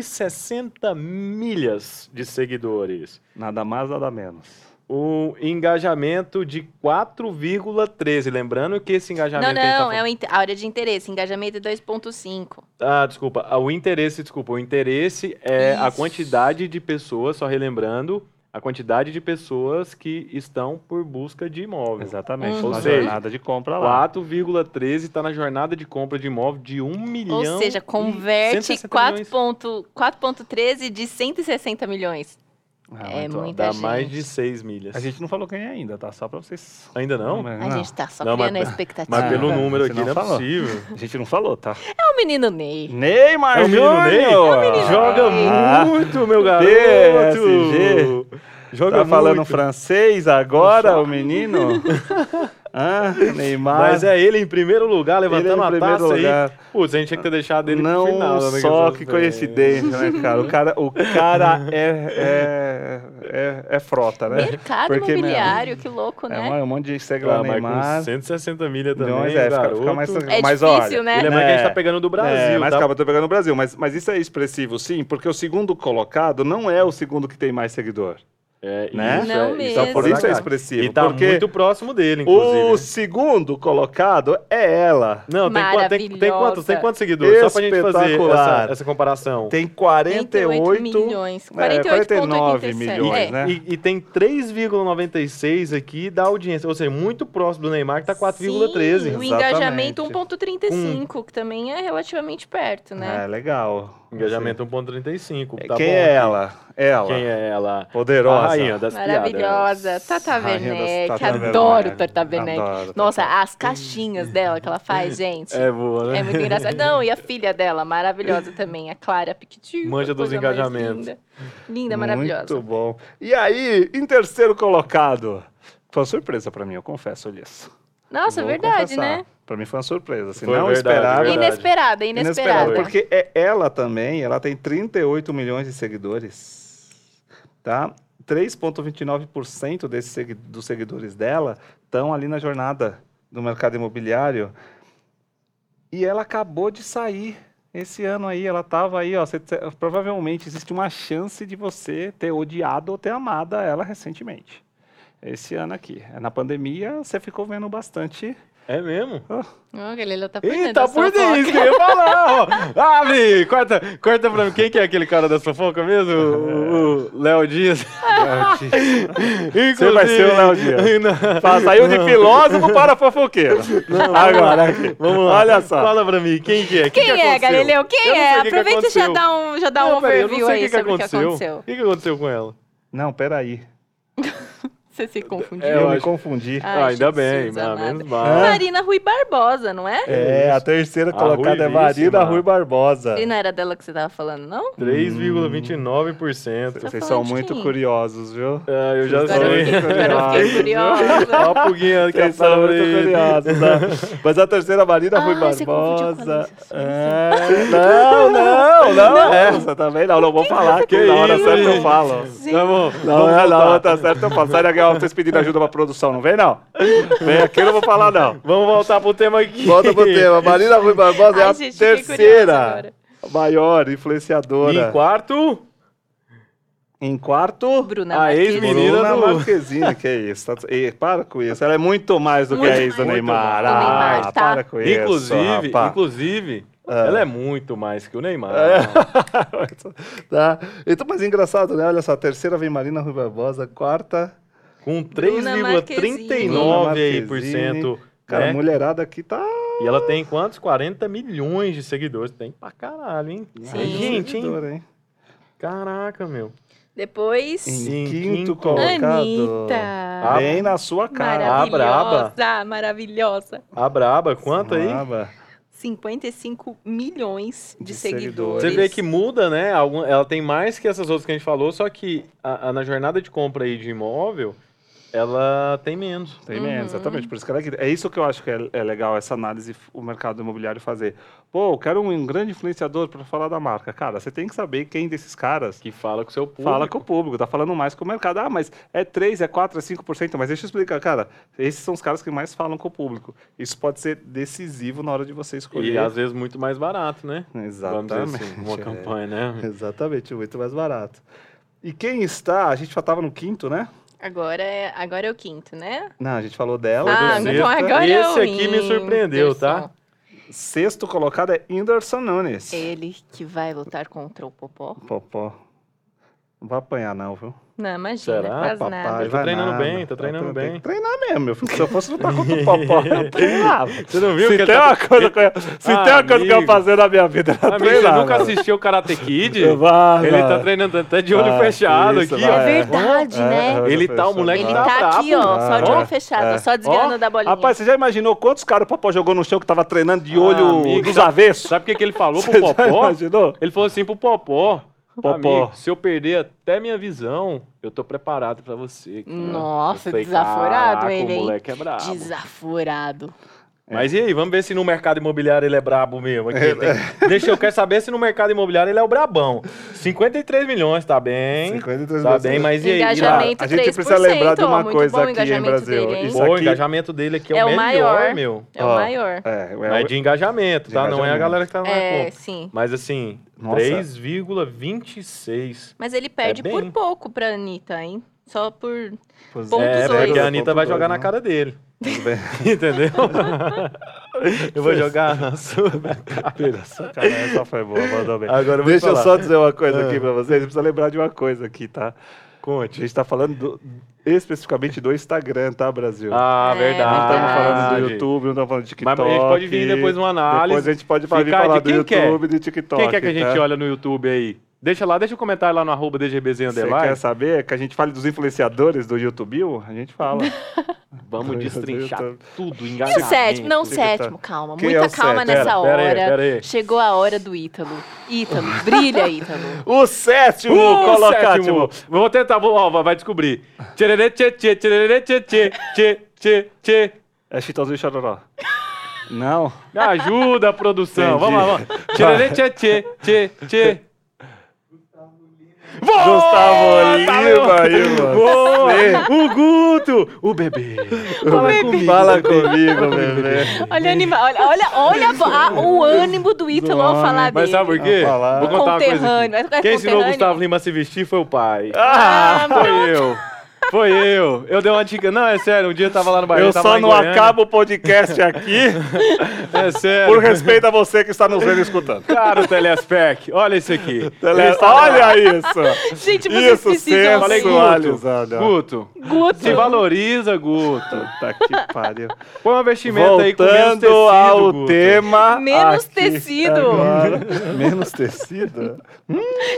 Speaker 3: 160 milhas de seguidores.
Speaker 1: nada mais, nada menos.
Speaker 3: Um engajamento de 4,13. Lembrando que esse
Speaker 2: Não,
Speaker 3: engajamento... aí
Speaker 2: não,
Speaker 3: tá
Speaker 2: é o inte- a área de interesse. Engajamento é 2,5.
Speaker 3: Ah, desculpa. ah, O interesse, desculpa. O interesse é a
Speaker 2: Isso.
Speaker 3: quantidade de pessoas, só relembrando, a quantidade de pessoas que estão por busca de imóvel.
Speaker 1: Exatamente.
Speaker 2: Uhum.
Speaker 1: Na
Speaker 3: Ou seja,
Speaker 1: jornada de compra Tá lá.
Speaker 3: 4,13 está tá na jornada de compra de imóvel de 1 milhão.
Speaker 2: Ou seja,
Speaker 3: e
Speaker 2: converte
Speaker 3: 160
Speaker 2: 4
Speaker 3: milhões.
Speaker 2: ponto- 4,13 de 160 milhões.
Speaker 1: Ah,
Speaker 2: É
Speaker 1: muito
Speaker 2: muito.
Speaker 3: Dá
Speaker 2: gente.
Speaker 3: mais de 6 milhas.
Speaker 1: A gente não falou quem é ainda, tá? Só pra vocês.
Speaker 3: Ainda não?
Speaker 2: A gente tá só
Speaker 3: Não, mas-
Speaker 2: criando a expectativa.
Speaker 3: Mas
Speaker 1: Ah,
Speaker 3: pelo
Speaker 1: tá.
Speaker 3: número
Speaker 1: Você
Speaker 3: aqui
Speaker 1: não
Speaker 3: não é
Speaker 1: falou.
Speaker 3: possível.
Speaker 1: A gente não falou, tá?
Speaker 2: É o menino Ney.
Speaker 1: Neymar
Speaker 3: É o menino
Speaker 1: Júnior!
Speaker 3: Ney? É o Joga
Speaker 1: Ah,
Speaker 3: muito, meu garoto!
Speaker 1: PSG.
Speaker 3: Joga
Speaker 1: Tá falando
Speaker 3: muito.
Speaker 1: francês agora,
Speaker 3: Joga.
Speaker 1: o menino? ah, Neymar.
Speaker 3: Mas é ele em primeiro lugar,
Speaker 1: ele é
Speaker 3: levantando
Speaker 1: em
Speaker 3: a
Speaker 1: primeiro
Speaker 3: taça aí.
Speaker 1: lugar.
Speaker 3: Putz, a gente tinha que ter deixado ele
Speaker 1: Não
Speaker 3: pro final. né,
Speaker 1: só
Speaker 3: essas-
Speaker 1: que coincidência, né, cara? O cara, o cara é, é, é, é frota, né?
Speaker 2: Mercado
Speaker 1: Porque, meu,
Speaker 2: imobiliário, que louco,
Speaker 1: É,
Speaker 2: né?
Speaker 1: um- é um monte de gente que segue lá,
Speaker 3: Ah, mas com
Speaker 1: Neymar.
Speaker 3: 160 milha também,
Speaker 1: Milhões, é, fica,
Speaker 3: garoto.
Speaker 1: fica mais tranquilo.
Speaker 2: É
Speaker 1: mas
Speaker 2: difícil,
Speaker 1: olha,
Speaker 2: né?
Speaker 3: E lembrando que a gente
Speaker 1: É.
Speaker 3: tá pegando do
Speaker 1: É,
Speaker 3: Brasil,
Speaker 1: mas
Speaker 3: tá?
Speaker 1: calma, eu tô pegando o Brasil. Mas, mas isso é expressivo, sim, porque o segundo colocado não é o segundo que tem mais seguidor.
Speaker 3: É,
Speaker 1: Né?
Speaker 3: isso,
Speaker 2: Não
Speaker 3: é, isso
Speaker 2: mesmo.
Speaker 3: tá
Speaker 1: Por
Speaker 3: fora
Speaker 1: isso
Speaker 3: da
Speaker 1: é
Speaker 3: casa.
Speaker 1: expressivo.
Speaker 3: E tá
Speaker 1: porque
Speaker 3: muito próximo dele, inclusive.
Speaker 1: o
Speaker 3: né?
Speaker 1: segundo colocado é ela.
Speaker 3: Não, tem, qua- tem, tem
Speaker 2: Maravilhosa.
Speaker 3: quantos, tem quantos seguidores? Só pra gente fazer
Speaker 1: Espetacular.
Speaker 3: essa, essa comparação.
Speaker 1: Tem 48
Speaker 2: milhões.
Speaker 1: é, 49
Speaker 2: 48,87.
Speaker 1: milhões,
Speaker 2: é.
Speaker 1: né?
Speaker 3: E, e tem 3,96 aqui da audiência. Ou seja, muito próximo do Neymar, que tá
Speaker 2: Sim,
Speaker 3: 4,13.
Speaker 2: O
Speaker 1: Exatamente.
Speaker 2: engajamento 1,35, que também é relativamente perto, né?
Speaker 1: É, legal.
Speaker 3: Engajamento 1,35.
Speaker 1: É,
Speaker 3: Tá
Speaker 1: Quem
Speaker 3: bom
Speaker 1: é
Speaker 3: aqui.
Speaker 1: ela? Ela.
Speaker 3: Quem é ela?
Speaker 1: Poderosa.
Speaker 3: A rainha das piadas.
Speaker 2: Maravilhosa. Tá, Tata
Speaker 1: Rainha das
Speaker 2: Werneck,
Speaker 1: Tata
Speaker 2: adoro
Speaker 1: Werneck.
Speaker 2: Tata Werneck.
Speaker 1: Adoro Tata.
Speaker 2: Nossa, é as caixinhas dela que ela faz, gente. É.
Speaker 3: É boa, né?
Speaker 2: muito engraçado. Não, e a filha dela, maravilhosa também, a Clara Piquitinho.
Speaker 3: Manja dos engajamentos.
Speaker 2: Linda, linda maravilhosa.
Speaker 1: Muito bom. E aí, em terceiro colocado. Foi uma surpresa pra mim, eu confesso isso.
Speaker 2: Nossa,
Speaker 1: Vou
Speaker 2: verdade,
Speaker 1: confessar.
Speaker 2: né? É
Speaker 1: Pra mim foi uma surpresa. Assim,
Speaker 3: Foi
Speaker 1: não
Speaker 3: verdade,
Speaker 1: esperava.
Speaker 3: verdade.
Speaker 2: Inesperada,
Speaker 1: Inesperado,
Speaker 2: inesperada.
Speaker 1: porque é ela também, ela tem 38 milhões de seguidores, tá? 3,29% desses segui- dos seguidores dela estão ali na jornada do mercado imobiliário. E ela acabou de sair esse ano aí, ela estava aí, ó, cê- cê- provavelmente existe uma chance de você ter odiado ou ter amado ela recentemente. Esse ano aqui. Na pandemia, você ficou vendo bastante.
Speaker 3: É mesmo?
Speaker 2: Olha, ele tá por dentro.
Speaker 3: Eita,
Speaker 2: da
Speaker 3: por
Speaker 2: fofoca.
Speaker 3: dentro, isso que eu ia falar, ó. Abre, corta, corta pra mim. Quem que é aquele cara das fofocas mesmo? O o Léo Dias. Você
Speaker 1: vai ser o Léo Dias. Fa- Saiu de filósofo para fofoqueiro. Agora, aqui.
Speaker 3: Vamos lá.
Speaker 1: Olha só.
Speaker 3: Fala pra mim, quem que é?
Speaker 2: Quem é,
Speaker 3: galera?
Speaker 2: Galileu? Quem
Speaker 3: Eu não sei
Speaker 2: é?
Speaker 3: o que que
Speaker 2: Aproveita e já
Speaker 3: aconteceu.
Speaker 2: dá um, já dá um overview aí sobre o que aconteceu.
Speaker 3: O que, que aconteceu com ela?
Speaker 1: Não, peraí.
Speaker 2: Você se confundiu.
Speaker 3: É,
Speaker 1: eu
Speaker 3: eu
Speaker 1: me
Speaker 3: acho-
Speaker 1: confundi.
Speaker 2: Ai,
Speaker 3: Ah, ainda bem,
Speaker 2: Jesus
Speaker 3: mas
Speaker 2: amado.
Speaker 3: menos mal.
Speaker 2: Marina Rui Barbosa, não é?
Speaker 1: É, a terceira
Speaker 3: A
Speaker 1: colocada é
Speaker 3: ruivíssima.
Speaker 1: Marina Rui
Speaker 3: É.
Speaker 1: Barbosa.
Speaker 2: E não era dela que você tava falando, não?
Speaker 3: 3,29%.
Speaker 1: Vocês
Speaker 2: falando
Speaker 1: são
Speaker 2: de
Speaker 1: muito
Speaker 2: quem?
Speaker 1: curiosos, viu?
Speaker 3: Ah, eu já
Speaker 2: Agora eu
Speaker 3: sei.
Speaker 2: fiquei, agora eu fiquei curiosa.
Speaker 3: Olha a pulguinha que Tá
Speaker 1: Vocês são
Speaker 3: passava
Speaker 1: muito
Speaker 3: aí.
Speaker 1: curiosos. né? Mas a terceira Marina Rui
Speaker 2: Ah, você confundiu com a
Speaker 1: Barbosa.
Speaker 2: Alice,
Speaker 1: É, não, não, não, é essa também. Não, não vou
Speaker 2: é
Speaker 1: falar, que
Speaker 3: que
Speaker 1: na hora
Speaker 3: isso,
Speaker 1: certa eu
Speaker 3: gente?
Speaker 1: falo.
Speaker 2: Gente.
Speaker 3: Tá bom,
Speaker 1: Não,
Speaker 3: vamos
Speaker 1: é, na
Speaker 3: voltar.
Speaker 1: hora certa eu falo. Sai daqui, ó, vocês pedindo ajuda pra produção, não vem não. Vem aqui, eu não vou falar não.
Speaker 3: Vamos voltar pro tema aqui.
Speaker 1: Volta pro tema. Marina Rui Barbosa é
Speaker 2: Ai,
Speaker 1: a
Speaker 2: gente, fiquei curiosa
Speaker 1: terceira
Speaker 2: agora.
Speaker 1: maior
Speaker 3: E
Speaker 1: influenciadora.
Speaker 3: em quarto,
Speaker 1: Em quarto,
Speaker 2: Bruna
Speaker 3: A
Speaker 2: Marquezine.
Speaker 3: ex-menina. Menina
Speaker 1: Bruna
Speaker 3: do-
Speaker 1: Marquezine, que é isso? Tá- Ei, para com isso. Ela é muito mais do que
Speaker 2: Muito
Speaker 1: a ex do
Speaker 3: mais.
Speaker 1: Neymar.
Speaker 3: Muito
Speaker 1: Ah,
Speaker 3: mais.
Speaker 2: Do Neymar, tá?
Speaker 1: para com isso.
Speaker 3: inclusive,
Speaker 1: rapaz. Ah.
Speaker 3: inclusive, ela é muito mais que o Neymar.
Speaker 1: É. tá. Então, mas é engraçado, né? Olha só, a terceira vem Marina Rui Barbosa, a quarta.
Speaker 3: Com
Speaker 1: Bruna
Speaker 3: 3,39%.
Speaker 1: Marquezine. Cara,
Speaker 3: né?
Speaker 1: a mulherada aqui tá.
Speaker 3: E ela tem quantos? 40 milhões de seguidores. Tem pra caralho, hein?
Speaker 2: Sim.
Speaker 3: Ai, gente, hein?
Speaker 1: seguidora, hein?
Speaker 3: Caraca, meu.
Speaker 2: Depois,
Speaker 1: Em
Speaker 3: Em
Speaker 1: quinto
Speaker 3: quinto
Speaker 1: colocado.
Speaker 2: Anitta.
Speaker 1: Bem na sua cara.
Speaker 3: Ah, braba.
Speaker 2: Maravilhosa, maravilhosa.
Speaker 3: A braba, quanto aí?
Speaker 1: Braba.
Speaker 2: 55 milhões de,
Speaker 1: De seguidores.
Speaker 2: seguidores.
Speaker 3: Você vê que muda, né? Algum- ela tem mais que essas outras que a gente falou, só que a- a- na jornada de compra aí de imóvel, ela tem menos.
Speaker 1: Tem menos,
Speaker 2: Uhum.
Speaker 1: exatamente. Por isso que ela é, que- é isso que eu acho que é, é legal essa análise f- o mercado imobiliário fazer. Pô, eu quero um, um grande influenciador para falar da marca. Cara, você tem que saber quem desses caras
Speaker 3: Que fala com o seu público.
Speaker 1: fala com o público, tá falando mais com o mercado. Ah, mas é 3, é 4, é 5%, mas deixa eu explicar, cara. Esses são os caras que mais falam com o público. Isso pode ser decisivo na hora de você escolher.
Speaker 3: E às vezes muito mais barato, né? Vamos
Speaker 1: Exatamente.
Speaker 3: dizer assim, uma
Speaker 1: é.
Speaker 3: campanha, né?
Speaker 1: Exatamente, muito mais barato. E quem está, a gente já estava no quinto, né?
Speaker 2: Agora é, agora é o quinto, né?
Speaker 1: Não, a gente falou dela.
Speaker 2: Ah,
Speaker 1: do
Speaker 3: Whindersson.
Speaker 2: então
Speaker 1: sexto.
Speaker 2: agora é o
Speaker 3: Esse aqui me surpreendeu, tá?
Speaker 2: Whindersson.
Speaker 1: Sexto colocado é Whindersson Nunes.
Speaker 2: Ele que vai lutar contra o Popó.
Speaker 1: Popó. Não vai apanhar, não, viu?
Speaker 2: Não, imagina,
Speaker 3: Será,
Speaker 2: quase
Speaker 1: papai,
Speaker 2: nada.
Speaker 3: Tá treinando bem, tá treinando
Speaker 1: tem
Speaker 3: bem.
Speaker 1: que treinar mesmo, meu filho. Se eu fosse lutar contra o Popó, eu treinava.
Speaker 3: Você não viu
Speaker 1: se
Speaker 3: que ele
Speaker 1: tem
Speaker 3: tá-
Speaker 1: uma coisa que eu, se tem uma coisa que eu vou
Speaker 3: Amigo.
Speaker 1: fazer na minha vida, era
Speaker 3: Ah, Amigo, você
Speaker 1: treinar.
Speaker 3: nunca
Speaker 1: mano.
Speaker 3: assistiu o Karate Kid?
Speaker 1: Tá Eu- vai,
Speaker 3: Ele tá
Speaker 1: vai.
Speaker 3: treinando até de olho
Speaker 1: Ah,
Speaker 3: fechado
Speaker 1: isso,
Speaker 3: aqui,
Speaker 1: vai.
Speaker 3: ó.
Speaker 1: É
Speaker 2: verdade, né?
Speaker 1: olho
Speaker 3: Ele tá, o
Speaker 1: fechado.
Speaker 3: moleque
Speaker 2: Ele
Speaker 3: tá
Speaker 2: tá aqui,
Speaker 3: brabo.
Speaker 2: ó, só de
Speaker 1: Ah,
Speaker 2: olho
Speaker 1: é.
Speaker 2: fechado,
Speaker 1: É.
Speaker 2: só desviando
Speaker 3: Ó,
Speaker 2: da bolinha.
Speaker 1: Rapaz, você já imaginou quantos caras o Popó jogou no chão que tava treinando de
Speaker 3: Ah,
Speaker 1: olho
Speaker 3: amigo,
Speaker 1: dos avessos?
Speaker 3: Sabe o que, que ele falou pro
Speaker 1: Você tá já
Speaker 3: Popó?
Speaker 1: imaginou?
Speaker 3: Ele falou assim pro Popó.
Speaker 1: Popó.
Speaker 3: "Amigo, se eu perder até minha visão, eu tô preparado pra você. cara."
Speaker 2: Nossa,
Speaker 3: Eu falei,
Speaker 2: desaforado
Speaker 3: "Caraca,
Speaker 2: ele, hein?"
Speaker 3: O moleque é brabo. É.
Speaker 2: Desaforado.
Speaker 3: Mas e aí, vamos ver se no mercado imobiliário ele é brabo mesmo. aqui,
Speaker 1: é.
Speaker 3: tem- Deixa eu quero saber se no mercado imobiliário ele é o brabão. 53 milhões, tá bem.
Speaker 1: 53
Speaker 3: Tá
Speaker 1: milhões.
Speaker 3: bem, mas e aí?
Speaker 2: Engajamento.
Speaker 1: a gente precisa
Speaker 2: 3%,
Speaker 1: lembrar de
Speaker 2: ó,
Speaker 1: uma
Speaker 2: muito bom
Speaker 1: coisa
Speaker 2: o
Speaker 1: aqui em
Speaker 2: engajamento
Speaker 1: Brasil.
Speaker 2: dele, hein?
Speaker 1: Isso
Speaker 3: Pô, o
Speaker 1: aqui-
Speaker 3: engajamento dele aqui é,
Speaker 2: É
Speaker 3: o
Speaker 2: o
Speaker 3: melhor,
Speaker 2: maior.
Speaker 3: meu.
Speaker 2: É
Speaker 1: Ó,
Speaker 2: o maior.
Speaker 1: É, o-
Speaker 3: Mas de engajamento,
Speaker 1: De
Speaker 3: tá? Não é a
Speaker 1: engajamento.
Speaker 3: galera que tá lá na
Speaker 2: É,
Speaker 3: compra.
Speaker 2: sim.
Speaker 3: Mas assim,
Speaker 1: Nossa.
Speaker 3: 3,26.
Speaker 2: Mas ele perde
Speaker 3: É bem. um
Speaker 2: por pouco pra Anitta, hein? Só por.
Speaker 1: Pois
Speaker 2: Ponto
Speaker 3: É,
Speaker 2: dois.
Speaker 3: porque a Anitta vai
Speaker 1: Ponto
Speaker 3: jogar
Speaker 1: dois,
Speaker 3: na
Speaker 1: né?
Speaker 3: cara dele.
Speaker 1: Tudo bem.
Speaker 3: Entendeu? eu vou jogar na sua.
Speaker 1: Pera, sacanagem, essa foi boa, mandou bem.
Speaker 3: Agora eu vou
Speaker 1: Deixa eu
Speaker 3: falar.
Speaker 1: só dizer uma coisa
Speaker 3: Ah.
Speaker 1: aqui pra vocês. Precisa lembrar de uma coisa aqui, tá? A
Speaker 3: Conte.
Speaker 1: gente tá falando do- especificamente do Instagram, tá, Brasil?
Speaker 3: Ah,
Speaker 2: É,
Speaker 3: verdade.
Speaker 1: não estamos falando do
Speaker 3: Verdade.
Speaker 1: YouTube, não estamos falando de TikTok.
Speaker 3: Mas a gente pode vir depois uma análise.
Speaker 1: Depois a gente pode vir
Speaker 3: Ficar
Speaker 1: falar
Speaker 3: de
Speaker 1: do
Speaker 3: quem
Speaker 1: YouTube e do TikTok.
Speaker 3: Quem quer que a gente
Speaker 1: tá?
Speaker 3: olha no YouTube aí? Deixa lá, deixa o comentário lá no arroba DGBZ
Speaker 1: Você quer
Speaker 3: Underline.
Speaker 1: saber que a gente fale dos influenciadores do YouTube? A gente fala.
Speaker 3: Vamos destrinchar
Speaker 1: Eu tô-
Speaker 3: tudo,
Speaker 2: E o
Speaker 3: engajamento.
Speaker 2: sétimo? Não, o
Speaker 1: Tic-tac.
Speaker 3: tá.
Speaker 2: sétimo, calma.
Speaker 1: Quem é
Speaker 2: Muita
Speaker 1: o
Speaker 2: calma
Speaker 1: sétimo?
Speaker 2: nessa
Speaker 3: Pera,
Speaker 2: hora.
Speaker 3: pera aí, pera aí.
Speaker 2: Chegou a hora do Ítalo. Ítalo, brilha, Ítalo.
Speaker 1: O sétimo
Speaker 3: Uh,
Speaker 1: colocátil.
Speaker 3: sétimo. Vou tentar, vou, ó, vai descobrir. Tchererê, tchê, tchê, tchererê, tchê, tchê, tchê, tchê, tchê.
Speaker 1: É Chitãozinho e Chororó. Não.
Speaker 3: Me ajuda, produção.
Speaker 1: Entendi.
Speaker 3: Vamos lá, vamos. lá. Tchererê, tchê, tchê, tchê, tchê. Boa,
Speaker 1: Gustavo
Speaker 3: tá
Speaker 1: Lima,
Speaker 3: bom.
Speaker 1: Lima.
Speaker 3: Boa. O Guto, o bebê. Fala comigo,
Speaker 1: Fala comigo, bebê.
Speaker 2: Olha o animal, olha, olha, olha a vo- a- o ânimo do Ítalo ao
Speaker 1: Homem.
Speaker 2: falar
Speaker 3: Mas
Speaker 2: dele.
Speaker 3: sabe por quê?
Speaker 1: Ah, falar.
Speaker 3: Vou contar uma coisa.
Speaker 2: Conterrâneo,
Speaker 3: aqui.
Speaker 2: é
Speaker 3: Quem ensinou o
Speaker 2: conterrâneo?
Speaker 3: Gustavo Lima a se vestir foi o pai.
Speaker 2: Ah,
Speaker 3: foi eu. Foi eu. Eu dei uma dica. Não, é sério. Um dia eu tava lá no Bahia.
Speaker 1: Eu
Speaker 3: tava lá
Speaker 1: só
Speaker 3: em
Speaker 1: não
Speaker 3: Goiânia.
Speaker 1: acabo o podcast aqui
Speaker 3: É sério.
Speaker 1: por respeito a você que está nos vendo e escutando.
Speaker 3: Claro, Telespec. Olha isso aqui.
Speaker 1: Tele-
Speaker 3: Eles tavam lá.
Speaker 1: Olha isso!
Speaker 2: Gente, vocês
Speaker 1: Isso,
Speaker 2: precisam.
Speaker 3: Falei,
Speaker 2: sim.
Speaker 1: sensualizada.
Speaker 3: Guto,
Speaker 2: Guto.
Speaker 3: se valoriza, Guto.
Speaker 1: Puta que pariu.
Speaker 3: Põe um vestimento aí com menos
Speaker 1: Voltando
Speaker 3: tecido,
Speaker 1: ao
Speaker 3: Guto.
Speaker 1: tema.
Speaker 2: Menos
Speaker 1: aqui
Speaker 2: tecido.
Speaker 1: agora. Menos tecido?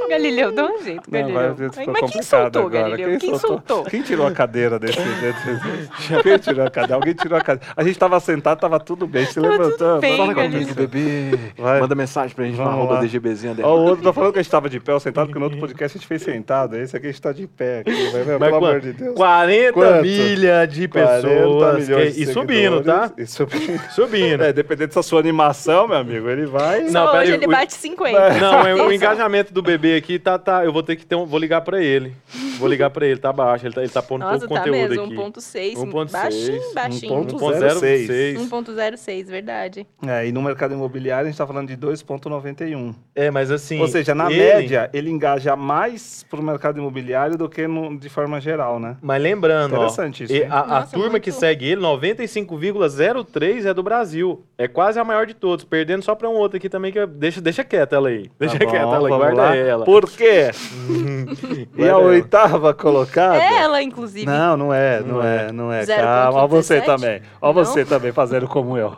Speaker 2: Galileu, dá um jeito,
Speaker 1: Não,
Speaker 2: Galileu.
Speaker 1: vai, isso foi
Speaker 2: Mas quem
Speaker 1: complicado
Speaker 2: soltou,
Speaker 1: agora.
Speaker 2: Galileu? Quem, soltou?
Speaker 1: Quem tirou a cadeira desse. desse- Quem tirou a cadeira? Alguém tirou a cadeira. A gente tava sentado, tava tudo bem, se
Speaker 2: Tava tudo
Speaker 1: levantando.
Speaker 2: bem,
Speaker 1: Fala com a
Speaker 2: Galiza.
Speaker 1: gente, bebê.
Speaker 3: bebê.
Speaker 1: Vai.
Speaker 3: Manda mensagem pra gente
Speaker 1: Vamos
Speaker 3: na arroba
Speaker 1: lá.
Speaker 3: DGBzinha dela.
Speaker 1: Ó, o outro tá falando que a gente tava de pé, ou sentado, porque no outro podcast a gente fez sentado. Esse aqui a gente tá de pé. Aqui, vai ver,
Speaker 3: Mas
Speaker 1: pelo amor
Speaker 3: quanto?
Speaker 1: de Deus.
Speaker 3: 40
Speaker 1: Quanto?
Speaker 3: milhas de
Speaker 1: 40
Speaker 3: pessoas. que- é
Speaker 1: milhões de
Speaker 3: E subindo,
Speaker 1: seguidores.
Speaker 3: tá?
Speaker 1: E subindo.
Speaker 3: Subindo.
Speaker 1: É, dependendo da sua animação, meu amigo, ele vai.
Speaker 2: Só
Speaker 3: Não,
Speaker 2: hoje
Speaker 3: peraí,
Speaker 2: ele
Speaker 3: o-
Speaker 2: bate 50.
Speaker 3: Não, é, o engajamento do bebê aqui tá, tá. Eu vou ter que ter um. Vou ligar pra ele. Vou ligar pra ele, tá baixo. Ele tá, ele tá pondo
Speaker 2: Nossa,
Speaker 3: pouco
Speaker 2: tá
Speaker 3: conteúdo
Speaker 2: mesmo,
Speaker 3: aqui.
Speaker 2: 1.6.
Speaker 3: 1.6,
Speaker 2: Baixinho, baixinho.
Speaker 1: 1.06.
Speaker 3: 1.06.
Speaker 2: 1.06, verdade.
Speaker 1: É, e no mercado imobiliário a gente tá falando de 2,91.
Speaker 3: É, mas assim.
Speaker 1: Ou seja, na
Speaker 3: ele-
Speaker 1: média, ele engaja mais pro mercado imobiliário do que no- de forma geral, né?
Speaker 3: Mas lembrando, ó,
Speaker 1: Interessante isso.
Speaker 3: e
Speaker 1: hein?
Speaker 3: a, a
Speaker 2: Nossa,
Speaker 3: turma
Speaker 2: muito.
Speaker 3: que segue ele, 95,03 é do Brasil. É quase a maior de todos, perdendo só pra um outro aqui também que eu- deixa deixa quieta ela aí. Deixa
Speaker 1: Tá bom,
Speaker 3: quieta ela aí,
Speaker 1: vamos
Speaker 3: guarda
Speaker 1: lá.
Speaker 3: ela.
Speaker 1: Por quê? e
Speaker 3: Guarda
Speaker 1: a
Speaker 3: ela.
Speaker 1: oitava colocada?
Speaker 2: É ela, inclusive.
Speaker 1: Não, não é, não,
Speaker 3: Não
Speaker 1: é, não é.
Speaker 2: 0,17?
Speaker 1: Calma, ó você também. Ó
Speaker 2: Não?
Speaker 1: você também fazendo como eu.